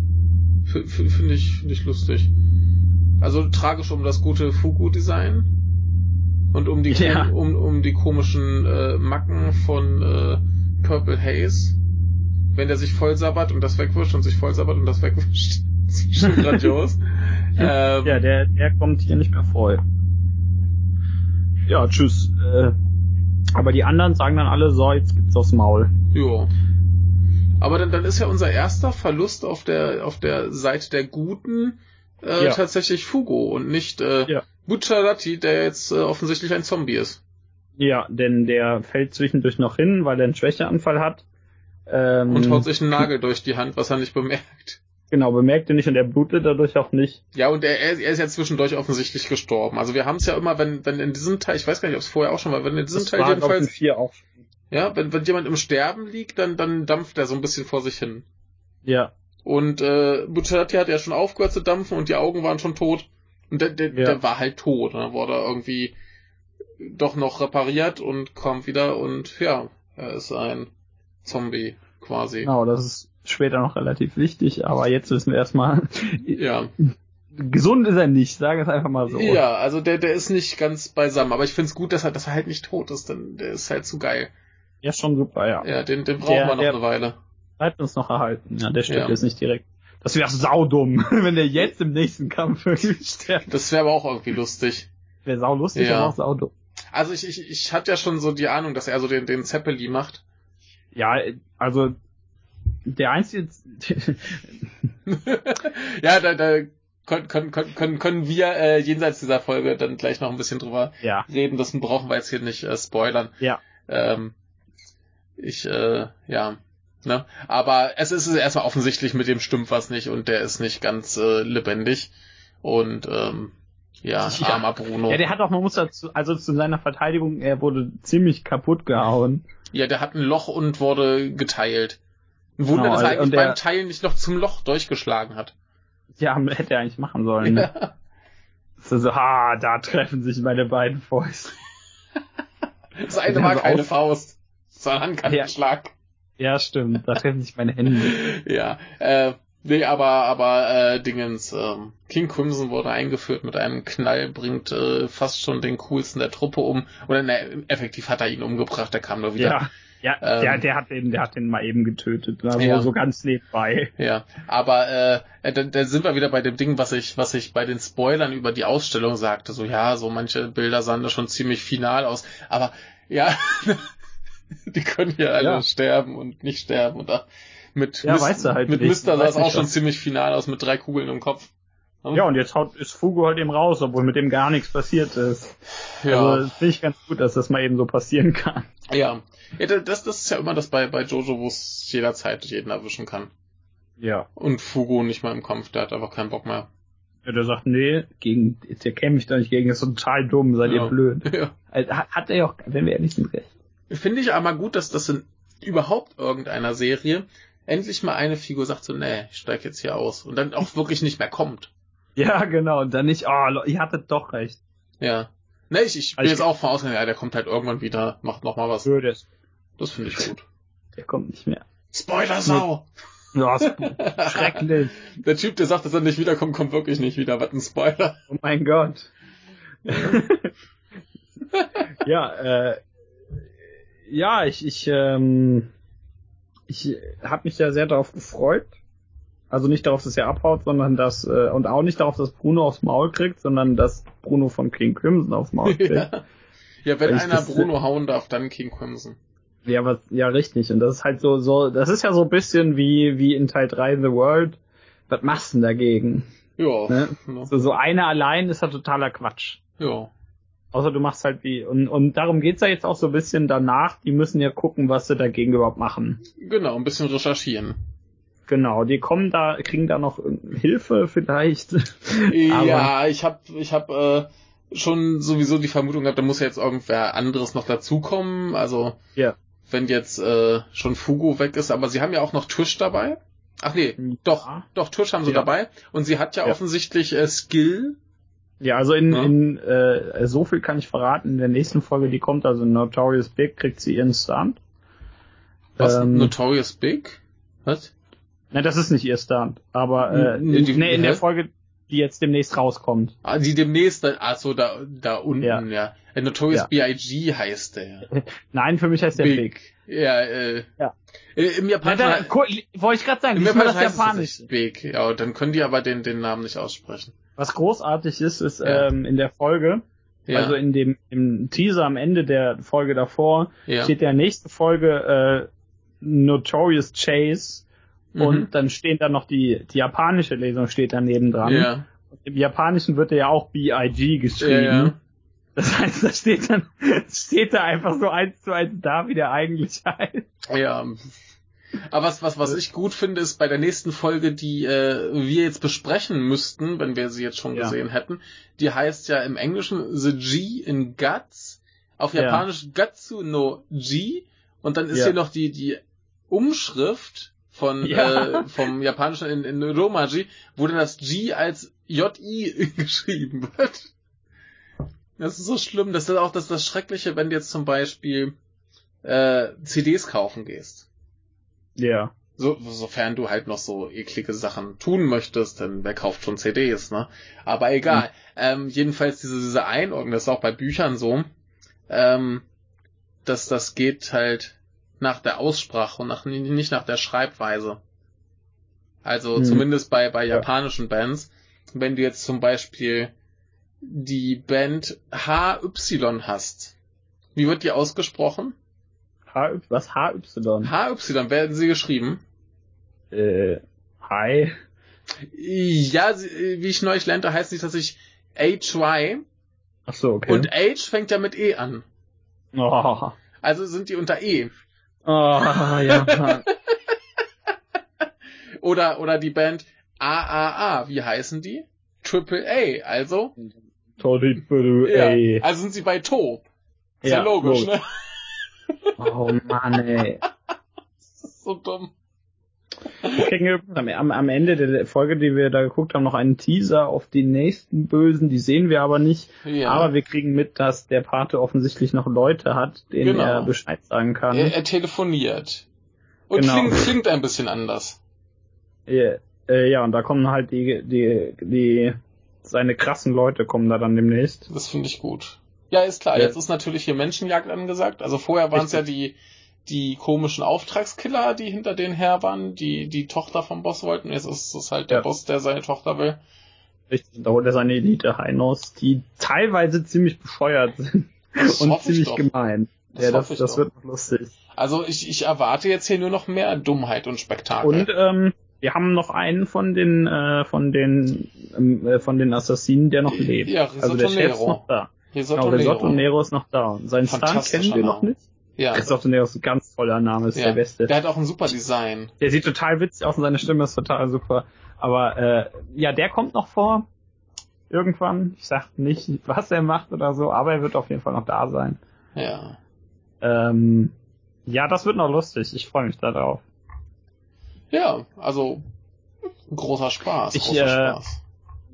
Speaker 2: F- f- Finde ich, finde ich lustig. Also tragisch um das gute Fugu-Design und um die, kom-
Speaker 1: Ja.
Speaker 2: um, um die komischen äh, Macken von äh, Purple Haze. Wenn der sich voll sabbert und das wegwischt und sich voll sabbert und das wegwischt. Das ist schon grandios. ähm,
Speaker 1: Ja, der, der kommt hier nicht mehr voll. Ja, tschüss. Äh, aber die anderen sagen dann alle, so, jetzt gibt's aufs Maul.
Speaker 2: Jo. Aber dann, dann ist ja unser erster Verlust auf der, auf der Seite der Guten äh,
Speaker 1: Ja.
Speaker 2: tatsächlich Fugo und nicht äh,
Speaker 1: Ja.
Speaker 2: Bucciarati, der jetzt äh, offensichtlich ein Zombie ist.
Speaker 1: Ja, denn der fällt zwischendurch noch hin, weil er einen Schwächeanfall hat. Ähm,
Speaker 2: Und haut sich einen Nagel durch die Hand, was er nicht bemerkt.
Speaker 1: Genau, bemerkt er nicht und er blutet dadurch auch nicht.
Speaker 2: Ja, und er, er er ist ja zwischendurch offensichtlich gestorben. Also wir haben es ja immer, wenn, wenn in diesem Teil, ich weiß gar nicht, ob es vorher auch schon war, wenn in diesem Teil
Speaker 1: war, glaub ich, in
Speaker 2: halt jedenfalls,
Speaker 1: vier auch.
Speaker 2: ja, wenn, wenn jemand im Sterben liegt, dann, dann dampft er so ein bisschen vor sich hin.
Speaker 1: Ja,
Speaker 2: Und äh, Bucciarati hat ja schon aufgehört zu dampfen und die Augen waren schon tot. Und der, der,
Speaker 1: Ja.
Speaker 2: der war halt tot. Und dann wurde er irgendwie doch noch repariert und kommt wieder und ja, er ist ein Zombie quasi.
Speaker 1: genau, das ist später noch relativ wichtig, aber jetzt wissen wir erstmal,
Speaker 2: Ja.
Speaker 1: gesund ist er nicht, sagen wir es einfach mal so.
Speaker 2: Ja, also der, der ist nicht ganz beisammen, aber ich find's gut, dass er, dass er halt nicht tot ist, denn der ist halt zu geil.
Speaker 1: Ja, schon super, ja.
Speaker 2: Ja, den, den brauchen
Speaker 1: Der-
Speaker 2: wir noch
Speaker 1: der-
Speaker 2: eine Weile.
Speaker 1: Bleibt uns noch erhalten. Ja, der stirbt
Speaker 2: Ja.
Speaker 1: jetzt nicht direkt. Das wäre saudumm, wenn der jetzt im nächsten Kampf irgendwie stirbt.
Speaker 2: Das wäre aber auch irgendwie lustig.
Speaker 1: Wäre saulustig,
Speaker 2: Ja.
Speaker 1: aber auch saudumm.
Speaker 2: Also ich, ich, ich hatte ja schon so die Ahnung, dass er so den, den Zeppeli macht.
Speaker 1: Ja, also, der einzige,
Speaker 2: Ja, da, da können, können, können- können, können wir äh, jenseits dieser Folge dann gleich noch ein bisschen drüber
Speaker 1: ja,
Speaker 2: reden. Das brauchen wir jetzt hier nicht äh, spoilern.
Speaker 1: Ja.
Speaker 2: Ähm, ich, äh, ja. Ne? Aber es ist erstmal offensichtlich, mit dem stimmt was nicht und der ist nicht ganz äh, lebendig. Und ähm, ja,
Speaker 1: Ja.
Speaker 2: armer Bruno.
Speaker 1: Ja, der hat auch, man muss dazu, also zu seiner Verteidigung, er wurde ziemlich kaputt gehauen.
Speaker 2: Ja, der hat ein Loch und wurde geteilt. Ein Wunder,
Speaker 1: Genau,
Speaker 2: dass er
Speaker 1: also-
Speaker 2: eigentlich
Speaker 1: und der-
Speaker 2: beim Teilen nicht noch zum Loch durchgeschlagen hat.
Speaker 1: Ja, hätte er eigentlich machen sollen. Ne? So, so, ha, da treffen sich meine beiden Fäuste.
Speaker 2: Das eine
Speaker 1: Ja,
Speaker 2: war
Speaker 1: also
Speaker 2: keine
Speaker 1: auf-
Speaker 2: Faust, sondern kein
Speaker 1: Ja.
Speaker 2: Schlag.
Speaker 1: Ja, stimmt, da treffen sich meine Hände.
Speaker 2: Ja, äh, nee, aber, aber, äh, Dingens, ähm, King Crimson wurde eingeführt mit einem Knall, bringt äh, fast schon den coolsten der Truppe um. Oder, ne, effektiv hat er ihn umgebracht, der kam nur wieder.
Speaker 1: Ja, ja,
Speaker 2: Ähm.
Speaker 1: der, der hat den, der hat den mal eben getötet, also
Speaker 2: Ja.
Speaker 1: so ganz nebenbei.
Speaker 2: Ja. Aber, äh, äh, da, da sind wir wieder bei dem Ding, was ich, was ich bei den Spoilern über die Ausstellung sagte. So, ja, so manche Bilder sahen da schon ziemlich final aus. Aber, ja, die können ja alle
Speaker 1: Ja.
Speaker 2: sterben und nicht sterben. Und da, mit
Speaker 1: Ja,
Speaker 2: Mist-
Speaker 1: weißt du halt
Speaker 2: mit
Speaker 1: nicht.
Speaker 2: Mister sah
Speaker 1: Weiß
Speaker 2: es auch
Speaker 1: nicht,
Speaker 2: schon
Speaker 1: was-
Speaker 2: ziemlich final aus, mit drei Kugeln im Kopf.
Speaker 3: Ja, und jetzt haut, ist Fugo halt eben raus, obwohl mit dem gar nichts passiert ist.
Speaker 2: Ja.
Speaker 3: Also das finde ich ganz gut, dass das mal eben so passieren kann.
Speaker 2: ja. ja da- das, das ist ja immer das bei, bei Jojo, wo es jederzeit jeden erwischen kann.
Speaker 3: Ja.
Speaker 2: Und Fugo nicht mal im Kampf, der hat einfach keinen Bock mehr.
Speaker 3: ja der sagt, nee, gegen, der kämpfe ich da nicht gegen, das ist total dumm, seid
Speaker 2: ja.
Speaker 3: ihr blöd.
Speaker 2: Ja.
Speaker 1: Also, hat, hat er ja auch, wenn wir ehrlich sind, recht.
Speaker 2: Finde ich aber gut, dass das in überhaupt irgendeiner Serie endlich mal eine Figur sagt so, nee, ich steig jetzt hier aus. Und dann auch wirklich nicht mehr kommt.
Speaker 1: Ja, genau. Und dann nicht, oh, Leute, ihr hattet doch recht.
Speaker 2: Ja. Nee, ich, ich bin
Speaker 3: Also ich-
Speaker 2: jetzt auch von ausgegangen, ja, der kommt halt irgendwann wieder, macht nochmal was.
Speaker 3: Blöd ist.
Speaker 2: Das finde ich gut.
Speaker 1: Der kommt nicht mehr.
Speaker 2: Spoiler-Sau!
Speaker 3: Ja, ist schrecklich.
Speaker 2: Der Typ, der sagt, dass er nicht wiederkommt, kommt wirklich nicht wieder. Was ein Spoiler.
Speaker 3: Oh mein Gott.
Speaker 1: Ja, äh, ja, ich, ich, ähm, ich habe mich ja sehr darauf gefreut. Also nicht darauf, dass er abhaut, sondern dass, äh, und auch nicht darauf, dass Bruno aufs Maul kriegt, sondern dass Bruno von King Crimson aufs Maul kriegt. ja.
Speaker 2: ja. ja, wenn
Speaker 1: Weil ich
Speaker 2: einer
Speaker 1: das-
Speaker 2: Bruno hauen darf, dann King Crimson.
Speaker 1: ja, was, ja, richtig. Und das ist halt so, so, das ist ja so ein bisschen wie, wie in Teil 3 The World. Was machst du denn dagegen?
Speaker 2: Ja.
Speaker 1: Ne?
Speaker 2: Ne?
Speaker 1: So, so einer allein ist ja totaler Quatsch.
Speaker 2: Ja.
Speaker 1: Außer du machst halt wie, und, und darum geht's ja jetzt auch so ein bisschen danach, die müssen ja gucken, was sie dagegen überhaupt machen.
Speaker 2: Genau, ein bisschen recherchieren.
Speaker 1: Genau, die kommen da, kriegen da noch Hilfe vielleicht. Aber,
Speaker 2: Ja, ich hab, ich hab äh, schon sowieso die Vermutung gehabt, da muss ja jetzt irgendwer anderes noch dazukommen. Also
Speaker 1: Ja.
Speaker 2: wenn jetzt äh, schon Fugo weg ist, aber sie haben ja auch noch Tush dabei. Ach nee, doch, doch, Tush haben sie
Speaker 1: Ja.
Speaker 2: dabei. Und sie hat ja,
Speaker 1: Ja.
Speaker 2: offensichtlich äh, Skill.
Speaker 1: ja, also in,
Speaker 2: Ja.
Speaker 1: in äh, so viel kann ich verraten, in der nächsten Folge, die kommt, also in Notorious Big, kriegt sie ihren Stunt.
Speaker 2: Was?
Speaker 1: Ähm,
Speaker 2: Notorious Big? Was?
Speaker 1: Nein, das ist nicht ihr Stunt, aber äh,
Speaker 2: Nee, die-
Speaker 1: nee, in der
Speaker 2: hä?
Speaker 1: Folge, die jetzt demnächst rauskommt.
Speaker 2: Ah, die demnächst dann, ach so, da, da unten, ja.
Speaker 1: Ja.
Speaker 2: Äh, Notorious
Speaker 1: Ja.
Speaker 2: B.I.G. heißt der.
Speaker 1: Nein, für mich heißt der Big.
Speaker 2: Ja, äh,
Speaker 1: Ja.
Speaker 2: äh, im
Speaker 1: Na,
Speaker 2: Japanischen,
Speaker 1: da, gu- wollte ich gerade sagen,
Speaker 2: im
Speaker 1: diesmal das
Speaker 2: Japanischen heißt
Speaker 1: Japanisch.
Speaker 2: es nicht Big. Ja, und dann können die aber den, den Namen nicht aussprechen.
Speaker 1: Was großartig ist, ist
Speaker 2: Ja.
Speaker 1: ähm, in der Folge,
Speaker 2: Ja,
Speaker 1: also in dem im Teaser am Ende der Folge davor,
Speaker 2: ja.
Speaker 1: steht der nächste Folge äh, Notorious Chase
Speaker 2: Mhm.
Speaker 1: und dann stehen da noch die, die japanische Lesung steht daneben dran.
Speaker 2: Ja,
Speaker 1: Im Japanischen wird der ja auch B.I.G. geschrieben.
Speaker 2: ja, ja.
Speaker 1: Das heißt, da steht dann steht da einfach so eins zu eins da, wie der eigentlich heißt.
Speaker 2: ja. Aber was, was, was ich gut finde, ist bei der nächsten Folge, die äh, wir jetzt besprechen müssten, wenn wir sie jetzt schon
Speaker 1: Ja.
Speaker 2: gesehen hätten, die heißt ja im Englischen The G in Guts, auf
Speaker 1: Ja.
Speaker 2: Japanisch Gatsu no G und dann ist
Speaker 1: Ja.
Speaker 2: hier noch die, die Umschrift von
Speaker 1: Ja.
Speaker 2: äh, vom Japanischen in, in Romaji, wo dann das G als J-I geschrieben wird. Das ist so schlimm. Das ist auch das, das Schreckliche, wenn du jetzt zum Beispiel äh, CDs kaufen gehst.
Speaker 1: Ja.
Speaker 2: So, sofern du halt noch so eklige Sachen tun möchtest, denn wer kauft schon CDs, ne? Aber egal. Ähm, jedenfalls diese, diese Einordnung, das ist auch bei Büchern so, ähm, dass das geht halt nach der Aussprache und nach, nicht nach der Schreibweise. Also
Speaker 1: Hm.
Speaker 2: zumindest bei, bei
Speaker 1: Ja.
Speaker 2: japanischen Bands. Wenn du jetzt zum Beispiel die Band HY hast, wie wird die ausgesprochen?
Speaker 1: H was HY?
Speaker 2: HY werden sie geschrieben.
Speaker 1: Äh, hi.
Speaker 2: Ja, sie- äh, wie ich neulich lernte, heißt nicht, dass ich HY
Speaker 1: Ach so, okay.
Speaker 2: und H fängt ja mit E an.
Speaker 1: oh.
Speaker 2: Also sind die unter E.
Speaker 1: Oh, ja.
Speaker 2: Oder, oder die Band AAA, wie heißen die? Triple A, also?
Speaker 1: Tony Bulu, ey.
Speaker 2: Also sind sie bei To. Ist ja,
Speaker 1: Ja,
Speaker 2: logisch,
Speaker 1: logisch.
Speaker 2: ne?
Speaker 1: Oh Mann, ey.
Speaker 2: Das ist so dumm.
Speaker 1: Wir kriegen übrigens am- am, am Ende der Folge, die wir da geguckt haben, noch einen Teaser auf die nächsten Bösen. Die sehen wir aber nicht.
Speaker 2: Ja.
Speaker 1: Aber wir kriegen mit, dass der Pate offensichtlich noch Leute hat, denen
Speaker 2: Genau.
Speaker 1: er Bescheid sagen kann.
Speaker 2: er, er telefoniert. Und
Speaker 1: Genau.
Speaker 2: klingt, klingt ein bisschen anders.
Speaker 1: Ja, äh, ja, und da kommen halt die, die, die, seine krassen Leute kommen da dann demnächst.
Speaker 2: Das finde ich gut. Ja, ist klar.
Speaker 1: Ja.
Speaker 2: Jetzt ist natürlich hier Menschenjagd angesagt. Also vorher waren es ja die, die komischen Auftragskiller, die hinter denen her waren, die die Tochter vom Boss wollten. Jetzt ist es halt der
Speaker 1: Ja.
Speaker 2: Boss, der seine Tochter will.
Speaker 1: Richtig, da holt er seine Elite Heinos, die teilweise ziemlich bescheuert sind
Speaker 2: Das
Speaker 1: und
Speaker 2: hoffe ich
Speaker 1: ziemlich
Speaker 2: doch.
Speaker 1: gemein.
Speaker 2: Das
Speaker 1: ja,
Speaker 2: hoffe
Speaker 1: das,
Speaker 2: ich
Speaker 1: das
Speaker 2: doch.
Speaker 1: wird noch lustig.
Speaker 2: Also ich, ich erwarte jetzt hier nur noch mehr Dummheit und Spektakel.
Speaker 1: Und ähm, Wir haben noch einen von den äh, von den ähm, äh, von den Assassinen, der noch lebt.
Speaker 2: Ja,
Speaker 1: also der
Speaker 2: Risotto
Speaker 1: Chef ist
Speaker 2: Nero.
Speaker 1: noch da.
Speaker 2: Risotto
Speaker 1: Genau, Risotto
Speaker 2: Nero.
Speaker 1: Nero ist noch da. Und Seinen Star
Speaker 2: Fantastischer
Speaker 1: kennen wir noch
Speaker 2: Name.
Speaker 1: nicht.
Speaker 2: Ja,
Speaker 1: Risotto Nero ist ein ganz toller Name, ist
Speaker 2: ja.
Speaker 1: der beste.
Speaker 2: Der hat auch ein super Design.
Speaker 1: Der sieht total witzig aus und seine Stimme ist total super. Aber äh, ja, der kommt noch vor. Irgendwann. Ich sag nicht, was er macht oder so, aber er wird auf jeden Fall noch da sein.
Speaker 2: Ja.
Speaker 1: Ähm, ja, das wird noch lustig. Ich freue mich darauf.
Speaker 2: Ja, also großer Spaß,
Speaker 1: Ich,
Speaker 2: großer
Speaker 1: äh,
Speaker 2: Spaß.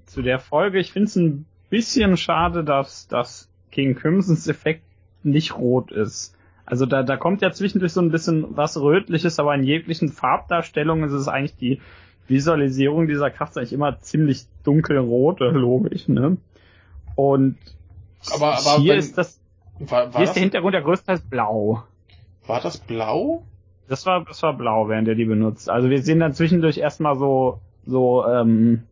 Speaker 1: Zu der Folge, ich finde es ein bisschen schade, dass, dass King Crimsons Effekt nicht rot ist. Also da, da kommt ja zwischendurch so ein bisschen was Rötliches, aber in jeglichen Farbdarstellungen ist es eigentlich die Visualisierung dieser Kraft eigentlich immer ziemlich dunkelrote, logisch, ne? Und
Speaker 2: Aber, aber
Speaker 1: hier
Speaker 2: wenn-
Speaker 1: ist das,
Speaker 2: war, war,
Speaker 1: hier ist der
Speaker 2: das,
Speaker 1: Hintergrund ja größtenteils blau.
Speaker 2: war das blau?
Speaker 1: Das war, das war blau, während er die benutzt. Also wir sehen dann zwischendurch erstmal so, so, ähm,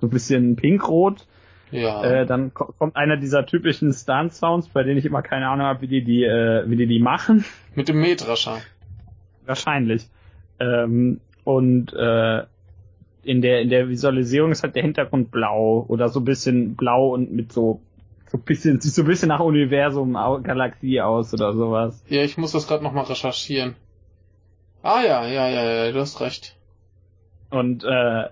Speaker 1: so ein bisschen pinkrot.
Speaker 2: Ja.
Speaker 1: Äh, dann ko kommt einer dieser typischen Stunt-Sounds, bei denen ich immer keine Ahnung habe, wie die die, äh, wie die die machen.
Speaker 2: mit dem Mähdrescher.
Speaker 1: Wahrscheinlich. Ähm, und äh, in der in der Visualisierung ist halt der Hintergrund blau oder so ein bisschen blau und mit so so ein bisschen sieht so ein bisschen nach Universum, au- Galaxie aus oder sowas.
Speaker 2: Ja, ich muss das gerade nochmal recherchieren. Ah ja, ja, ja, ja, du hast recht.
Speaker 1: Und äh,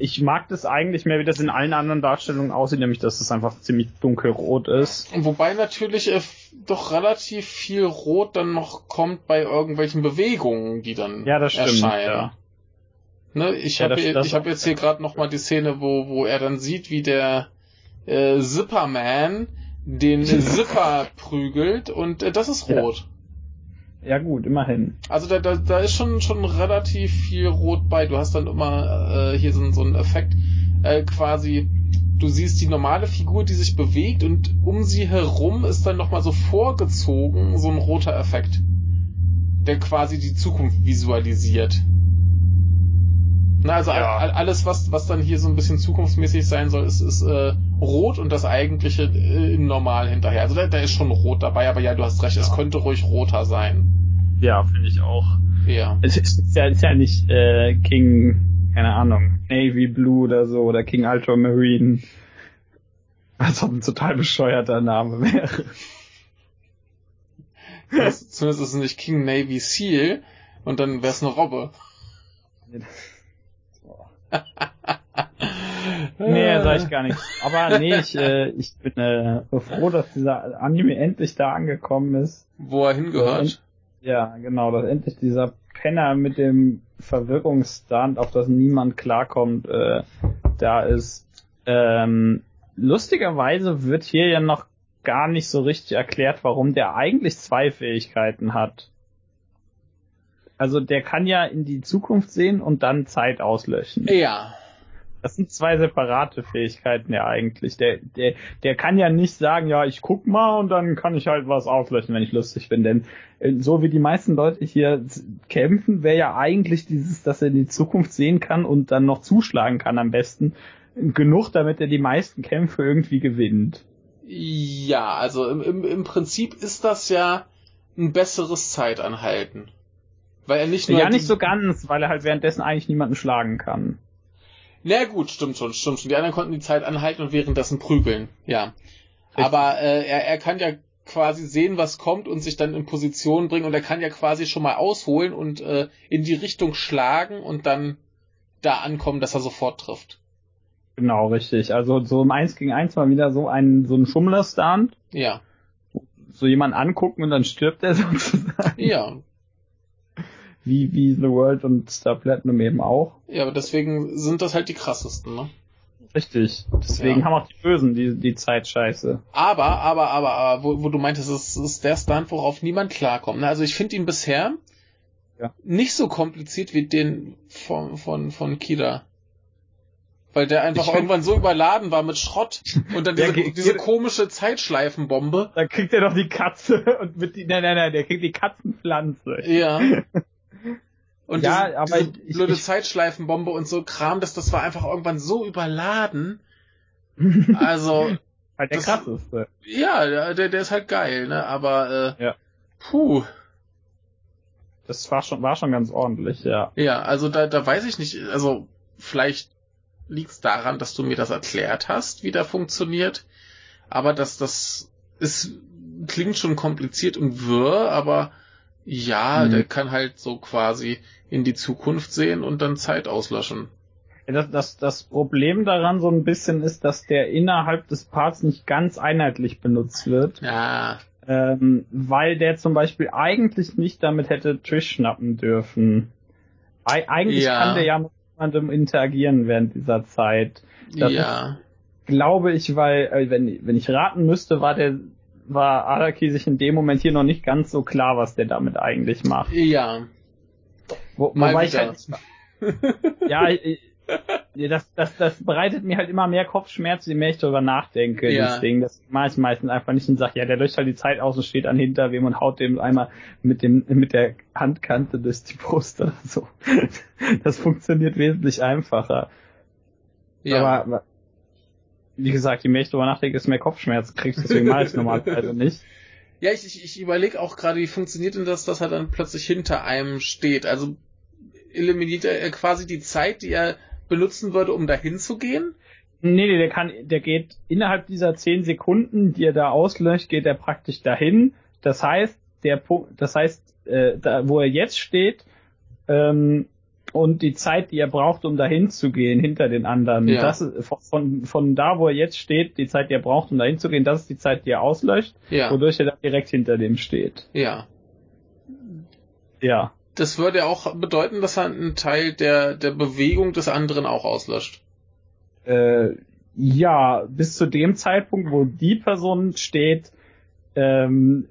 Speaker 1: ich mag das eigentlich mehr, wie das in allen anderen Darstellungen aussieht, nämlich dass es einfach ziemlich dunkelrot ist.
Speaker 2: Wobei natürlich äh, f- doch relativ viel Rot dann noch kommt bei irgendwelchen Bewegungen, die dann
Speaker 1: Ja, das stimmt.
Speaker 2: erscheinen.
Speaker 1: Ja.
Speaker 2: Ne, ich
Speaker 1: Ja,
Speaker 2: habe
Speaker 1: das- das
Speaker 2: ich hab
Speaker 1: auch.
Speaker 2: jetzt hier gerade nochmal die Szene, wo, wo er dann sieht, wie der äh, Zipperman den Zipper prügelt und äh, das ist
Speaker 1: Ja.
Speaker 2: rot.
Speaker 1: ja gut, immerhin.
Speaker 2: Also da, da, da ist schon, schon relativ viel rot bei. Du hast dann immer äh, hier so, einen- so einen Effekt äh, quasi. Du siehst die normale Figur, die sich bewegt und um sie herum ist dann nochmal so vorgezogen so ein roter Effekt, der quasi die Zukunft visualisiert. Na, also
Speaker 3: Ja.
Speaker 2: a- a- alles, was, was dann hier so ein bisschen zukunftsmäßig sein soll, ist, ist äh, rot und das eigentliche äh, im Normal hinterher. Also da, da ist schon rot dabei, aber ja, du hast recht, es
Speaker 1: Ja.
Speaker 2: könnte ruhig roter sein.
Speaker 1: Ja, finde ich auch.
Speaker 2: Ja.
Speaker 1: Es ist, ist, ja, ist ja nicht äh, King, keine Ahnung, Navy Blue oder so oder King Ultramarine. Als ob ein total bescheuerter Name wäre.
Speaker 2: Zumindest zumindest ist es nicht King Navy Seal und dann wär's eine Robbe.
Speaker 1: Nee, sag ich gar nicht. Aber nee, ich, äh, ich bin äh, froh, dass dieser Anime endlich da angekommen ist.
Speaker 2: Wo er hingehört.
Speaker 1: Ja, genau, dass endlich dieser Penner mit dem Verwirrungsstand, auf das niemand klarkommt, äh, da ist. Ähm, lustigerweise wird hier ja noch gar nicht so richtig erklärt, warum der eigentlich zwei Fähigkeiten hat. Also der kann ja in die Zukunft sehen und dann Zeit auslöschen.
Speaker 2: Ja.
Speaker 1: Das sind zwei separate Fähigkeiten ja eigentlich. Der, der, der kann ja nicht sagen, ja, ich guck mal und dann kann ich halt was auslöschen, wenn ich lustig bin. Denn äh, so wie die meisten Leute hier z- kämpfen, wäre ja eigentlich dieses, dass er in die Zukunft sehen kann und dann noch zuschlagen kann am besten, genug, damit er die meisten Kämpfe irgendwie gewinnt.
Speaker 2: Ja, also im, im, im Prinzip ist das ja ein besseres Zeitanhalten. Weil er nicht nur.
Speaker 1: Ja, nicht
Speaker 2: die-
Speaker 1: so ganz, weil er halt währenddessen eigentlich niemanden schlagen kann.
Speaker 2: Na gut, stimmt schon, stimmt schon. Die anderen konnten die Zeit anhalten und währenddessen prügeln. Ja.
Speaker 1: Richtig.
Speaker 2: Aber äh, er, er kann ja quasi sehen, was kommt und sich dann in Position bringen und er kann ja quasi schon mal ausholen und äh, in die Richtung schlagen und dann da ankommen, dass er sofort trifft.
Speaker 1: Genau, richtig. Also so im 1 gegen 1 mal wieder so ein, so ein Schummler-Stand,
Speaker 2: Ja,
Speaker 1: so jemanden angucken und dann stirbt er sozusagen.
Speaker 2: ja.
Speaker 1: wie, wie The World und Star Platinum eben auch.
Speaker 2: Ja, aber deswegen sind das halt die krassesten, ne?
Speaker 1: Richtig. Deswegen
Speaker 2: Ja.
Speaker 1: haben auch die Bösen die, die Zeit scheiße.
Speaker 2: Aber, aber, aber, aber, wo, wo du meintest, es ist der Stunt, worauf niemand klarkommt. ne? Also ich finde ihn bisher
Speaker 1: Ja.
Speaker 2: nicht so kompliziert wie den von, von, von Kida. Weil der
Speaker 1: Ich
Speaker 2: einfach
Speaker 1: find-
Speaker 2: irgendwann so überladen war mit Schrott und dann
Speaker 1: Ja,
Speaker 2: diese,
Speaker 1: ge-
Speaker 2: diese
Speaker 1: ge-
Speaker 2: komische Zeitschleifenbombe.
Speaker 1: Da kriegt er doch die Katze und mit die, nein, nein, nein, der kriegt die Katzenpflanze.
Speaker 2: Ja. Und
Speaker 1: Ja,
Speaker 2: diese,
Speaker 1: aber
Speaker 2: diese
Speaker 1: ich-
Speaker 2: blöde
Speaker 1: ich-
Speaker 2: Zeitschleifenbombe und so Kram, das, das war einfach irgendwann so überladen. Also,
Speaker 1: Halt der
Speaker 2: Das-
Speaker 1: krasseste.
Speaker 2: ja, der, der ist halt geil, ne? Aber äh,
Speaker 1: Ja.
Speaker 2: puh.
Speaker 1: Das war schon, war schon ganz ordentlich, ja.
Speaker 2: Ja, also da, da weiß ich nicht, also vielleicht liegt es daran, dass du mir das erklärt hast, wie der funktioniert. Aber das, das ist, klingt schon kompliziert und wirr, aber ja,
Speaker 1: Mhm.
Speaker 2: der kann halt so quasi in die Zukunft sehen und dann Zeit auslöschen.
Speaker 1: Das, das, das Problem daran so ein bisschen ist, dass der innerhalb des Parts nicht ganz einheitlich benutzt wird,
Speaker 2: Ja,
Speaker 1: ähm, weil der zum Beispiel eigentlich nicht damit hätte Trish schnappen dürfen. Ei- eigentlich
Speaker 2: Ja.
Speaker 1: kann der ja mit jemandem interagieren während dieser Zeit. Das
Speaker 2: ja.
Speaker 1: Glaube ich, weil, äh, wenn, wenn ich raten müsste, war der, war Araki sich in dem Moment hier noch nicht ganz so klar, was der damit eigentlich macht.
Speaker 2: Ja.
Speaker 1: Wo,
Speaker 2: Mal
Speaker 1: wobei
Speaker 2: wieder.
Speaker 1: ich halt, ja, ich, ich- das, das, das bereitet mir halt immer mehr Kopfschmerz, je mehr ich darüber nachdenke,
Speaker 2: Ja.
Speaker 1: dieses Ding. Das mache ich meistens einfach nicht und sage, ja, der löscht halt die Zeit aus und steht an hinter wem und haut dem einmal mit dem, mit der Handkante durch die Brust oder so. Das funktioniert wesentlich einfacher.
Speaker 2: Ja.
Speaker 1: Aber, aber wie gesagt, je mehr ich darüber nachdenke, desto mehr Kopfschmerz kriegst, deswegen mache ich es normalerweise nicht.
Speaker 2: Ja, ich, ich, ich überlege auch gerade, wie funktioniert denn das, dass er dann plötzlich hinter einem steht? Also eliminiert er äh, quasi die Zeit, die er benutzen würde, um dahin zu gehen?
Speaker 1: Nee, nee, der kann, der geht innerhalb dieser 10 Sekunden, die er da auslöscht, geht er praktisch dahin. Das heißt, der Punkt, das heißt, äh, da, wo er jetzt steht, ähm, und die Zeit, die er braucht, um dahin zu gehen, hinter den anderen.
Speaker 2: Ja.
Speaker 1: Das ist von- von, von da, wo er jetzt steht, die Zeit, die er braucht, um dahin zu gehen, das ist die Zeit, die er auslöscht,
Speaker 2: Ja.
Speaker 1: wodurch er dann direkt hinter dem steht.
Speaker 2: Ja.
Speaker 1: Ja.
Speaker 2: Das würde ja auch bedeuten, dass er einen Teil der, der Bewegung des anderen auch auslöscht.
Speaker 1: äh, ja, bis zu dem Zeitpunkt, wo die Person steht, ähm,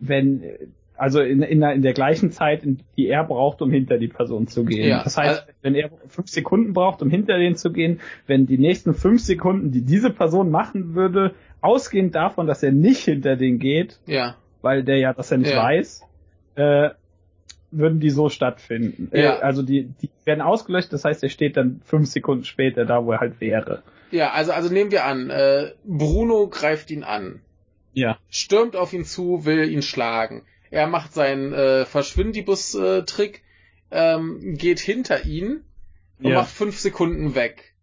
Speaker 1: wenn, also in, in, der- in der gleichen Zeit, in die er braucht, um hinter die Person zu gehen.
Speaker 2: Ja,
Speaker 1: das heißt, wenn er fünf Sekunden braucht, um hinter den zu gehen, wenn die nächsten fünf Sekunden, die diese Person machen würde, ausgehend davon, dass er nicht hinter den geht,
Speaker 2: Ja.
Speaker 1: weil der ja, dass er nicht
Speaker 2: Ja.
Speaker 1: weiß, äh, würden die so stattfinden.
Speaker 2: Ja.
Speaker 1: Äh, also die, die werden ausgelöscht, das heißt, er steht dann fünf Sekunden später da, wo er halt wäre.
Speaker 2: Ja, also, also nehmen wir an, äh, Bruno greift ihn an,
Speaker 1: Ja.
Speaker 2: stürmt auf ihn zu, will ihn schlagen. Er macht seinen äh, Verschwindibus-Trick, ähm, geht hinter ihn und
Speaker 1: Ja.
Speaker 2: macht fünf Sekunden weg.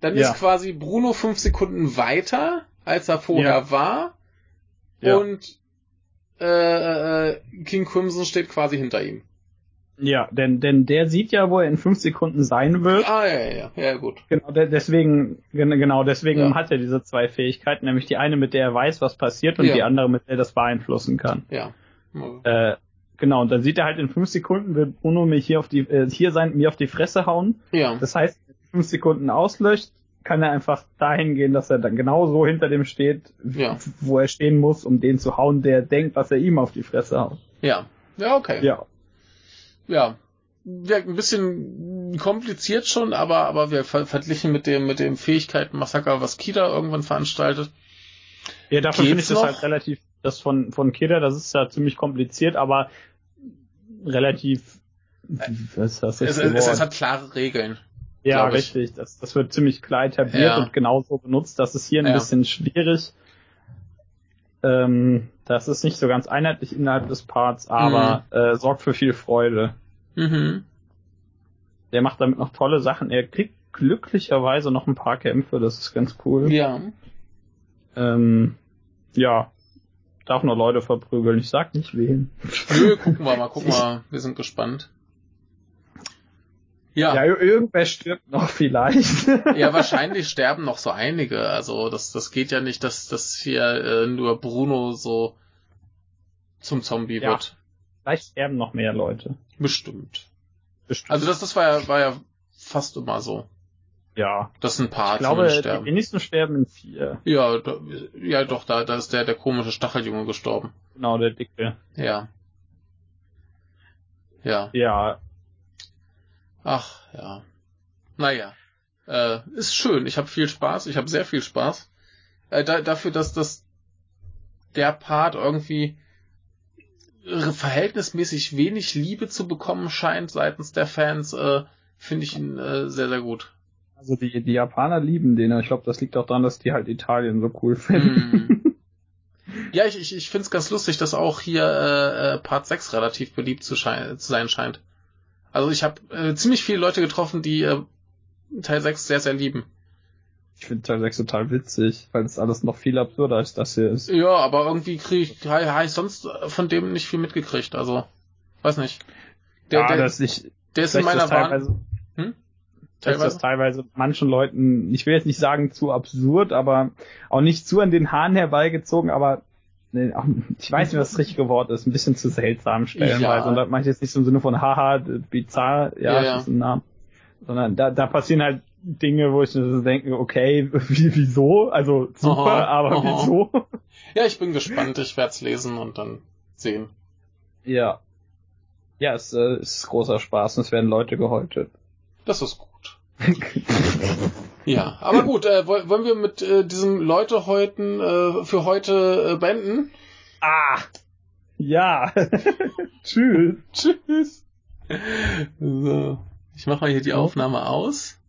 Speaker 2: Dann
Speaker 1: Ja.
Speaker 2: ist quasi Bruno fünf Sekunden weiter, als er vorher
Speaker 1: Ja.
Speaker 2: war.
Speaker 1: Ja.
Speaker 2: Und äh, äh, King Crimson steht quasi hinter ihm.
Speaker 1: Ja, denn, denn der sieht ja, wo er in fünf Sekunden sein wird.
Speaker 2: Ah, ja, ja, ja, ja, gut.
Speaker 1: Genau, de deswegen, gen- genau, deswegen
Speaker 2: Ja.
Speaker 1: hat er diese zwei Fähigkeiten, nämlich die eine, mit der er weiß, was passiert und
Speaker 2: Ja.
Speaker 1: die andere, mit der er das beeinflussen kann.
Speaker 2: Ja.
Speaker 1: Äh, genau, und dann sieht er halt in fünf Sekunden wird Bruno mich hier auf die, äh, hier sein, mir auf die Fresse hauen.
Speaker 2: Ja.
Speaker 1: Das heißt, wenn er fünf Sekunden auslöscht, kann er einfach dahin gehen, dass er dann genau so hinter dem steht, w-
Speaker 2: Ja.
Speaker 1: wo er stehen muss, um den zu hauen, der denkt, was er ihm auf die Fresse haut.
Speaker 2: Ja. Ja, okay.
Speaker 1: Ja.
Speaker 2: ja. Ja, ein bisschen kompliziert schon, aber, aber wir ver verglichen mit dem, mit dem Fähigkeiten-Massaker, was Kida irgendwann veranstaltet.
Speaker 1: Ja, dafür finde ich
Speaker 2: Geht's
Speaker 1: das
Speaker 2: noch?
Speaker 1: halt relativ, das von, von Keda, das ist ja ziemlich kompliziert, aber relativ, was ist das
Speaker 2: Äh, Es,
Speaker 1: richtige
Speaker 2: es, es
Speaker 1: Wort?
Speaker 2: hat klare Regeln.
Speaker 1: Ja,
Speaker 2: glaub ich.
Speaker 1: richtig, das, das wird ziemlich klar etabliert
Speaker 2: Ja.
Speaker 1: und genauso benutzt, das ist hier ein
Speaker 2: Ja.
Speaker 1: bisschen schwierig. Ähm, das ist nicht so ganz einheitlich innerhalb des Parts, aber äh, sorgt für viel Freude.
Speaker 2: Mhm.
Speaker 1: Der macht damit noch tolle Sachen. Er kriegt glücklicherweise noch ein paar Kämpfe, das ist ganz cool.
Speaker 2: Ja.
Speaker 1: Ähm, ja, darf nur Leute verprügeln, ich sag nicht wen.
Speaker 2: Nö, gucken wir mal, gucken wir. Wir sind gespannt.
Speaker 1: Ja,
Speaker 2: Ja,
Speaker 1: ir- irgendwer stirbt noch vielleicht.
Speaker 2: ja, wahrscheinlich sterben noch so einige. Also das, das geht ja nicht, dass, dass hier äh, nur Bruno so zum Zombie
Speaker 1: Ja.
Speaker 2: wird.
Speaker 1: vielleicht sterben noch mehr Leute.
Speaker 2: Bestimmt.
Speaker 1: Bestimmt.
Speaker 2: Also das, das war ja, war ja fast immer so.
Speaker 1: ja.
Speaker 2: Das sind ein paar
Speaker 1: Ich glaube,
Speaker 2: zumindest
Speaker 1: die
Speaker 2: sterben.
Speaker 1: wenigsten sterben in vier.
Speaker 2: Ja, da, ja doch, da, da ist der, der komische Stacheljunge gestorben.
Speaker 1: Genau, der Dicke.
Speaker 2: Ja. Ja.
Speaker 1: Ja.
Speaker 2: Ach, ja. Naja. Äh, ist schön. Ich habe viel Spaß. Ich habe sehr viel Spaß. Äh, da, dafür, dass das der Part irgendwie r- verhältnismäßig wenig Liebe zu bekommen scheint seitens der Fans, äh, finde ich ihn äh, sehr, sehr gut.
Speaker 1: Also die,
Speaker 2: Mhm.
Speaker 1: die Japaner lieben den. aber Ich glaube, das liegt auch daran, dass die halt Italien so cool finden.
Speaker 2: Hm. Ja, ich, ich, ich finde es ganz lustig, dass auch hier äh, äh, Part 6 relativ beliebt zu, schein zu sein scheint. Also ich habe äh, ziemlich viele Leute getroffen, die äh, Teil 6 sehr, sehr lieben.
Speaker 1: Ich finde Teil 6 total witzig, weil es alles noch viel absurder als das hier ist.
Speaker 2: Ja, aber irgendwie kriege ich, ha- habe ich sonst von dem nicht viel mitgekriegt. Also, weiß nicht. Der,
Speaker 1: ja,
Speaker 2: der,
Speaker 1: dass ich,
Speaker 2: der ist in
Speaker 1: dass das
Speaker 2: meiner Bahn.
Speaker 1: teilweise, teilweise. Dass
Speaker 2: Teilweise.
Speaker 1: das teilweise manchen Leuten, ich will jetzt nicht sagen zu absurd, aber auch nicht zu an den Haaren herbeigezogen, aber nee, auch- ich weiß nicht, was das richtige Wort ist, ein bisschen zu seltsam stellenweise.
Speaker 2: Ja.
Speaker 1: Und da meine ich jetzt nicht so im Sinne von haha, bizarr,
Speaker 2: Ja,
Speaker 1: ja,
Speaker 2: ja.
Speaker 1: das ist ein Name. Sondern da, da passieren halt Dinge, wo ich so denke, okay, wie, wieso? Also super,
Speaker 2: Aha,
Speaker 1: aber
Speaker 2: aha.
Speaker 1: wieso?
Speaker 2: Ja, ich bin gespannt. Ich werde es lesen und dann sehen.
Speaker 1: Ja. Ja, es äh, ist großer Spaß und es werden Leute gehäutet.
Speaker 2: Das ist gut. Ja, aber gut, äh, woll- wollen wir mit äh, diesem Leute heuten, äh, für heute äh, beenden?
Speaker 1: ah! Ja. Tschüss.
Speaker 2: Hm? Tschüss. So. Ich mache mal hier die Aufnahme aus.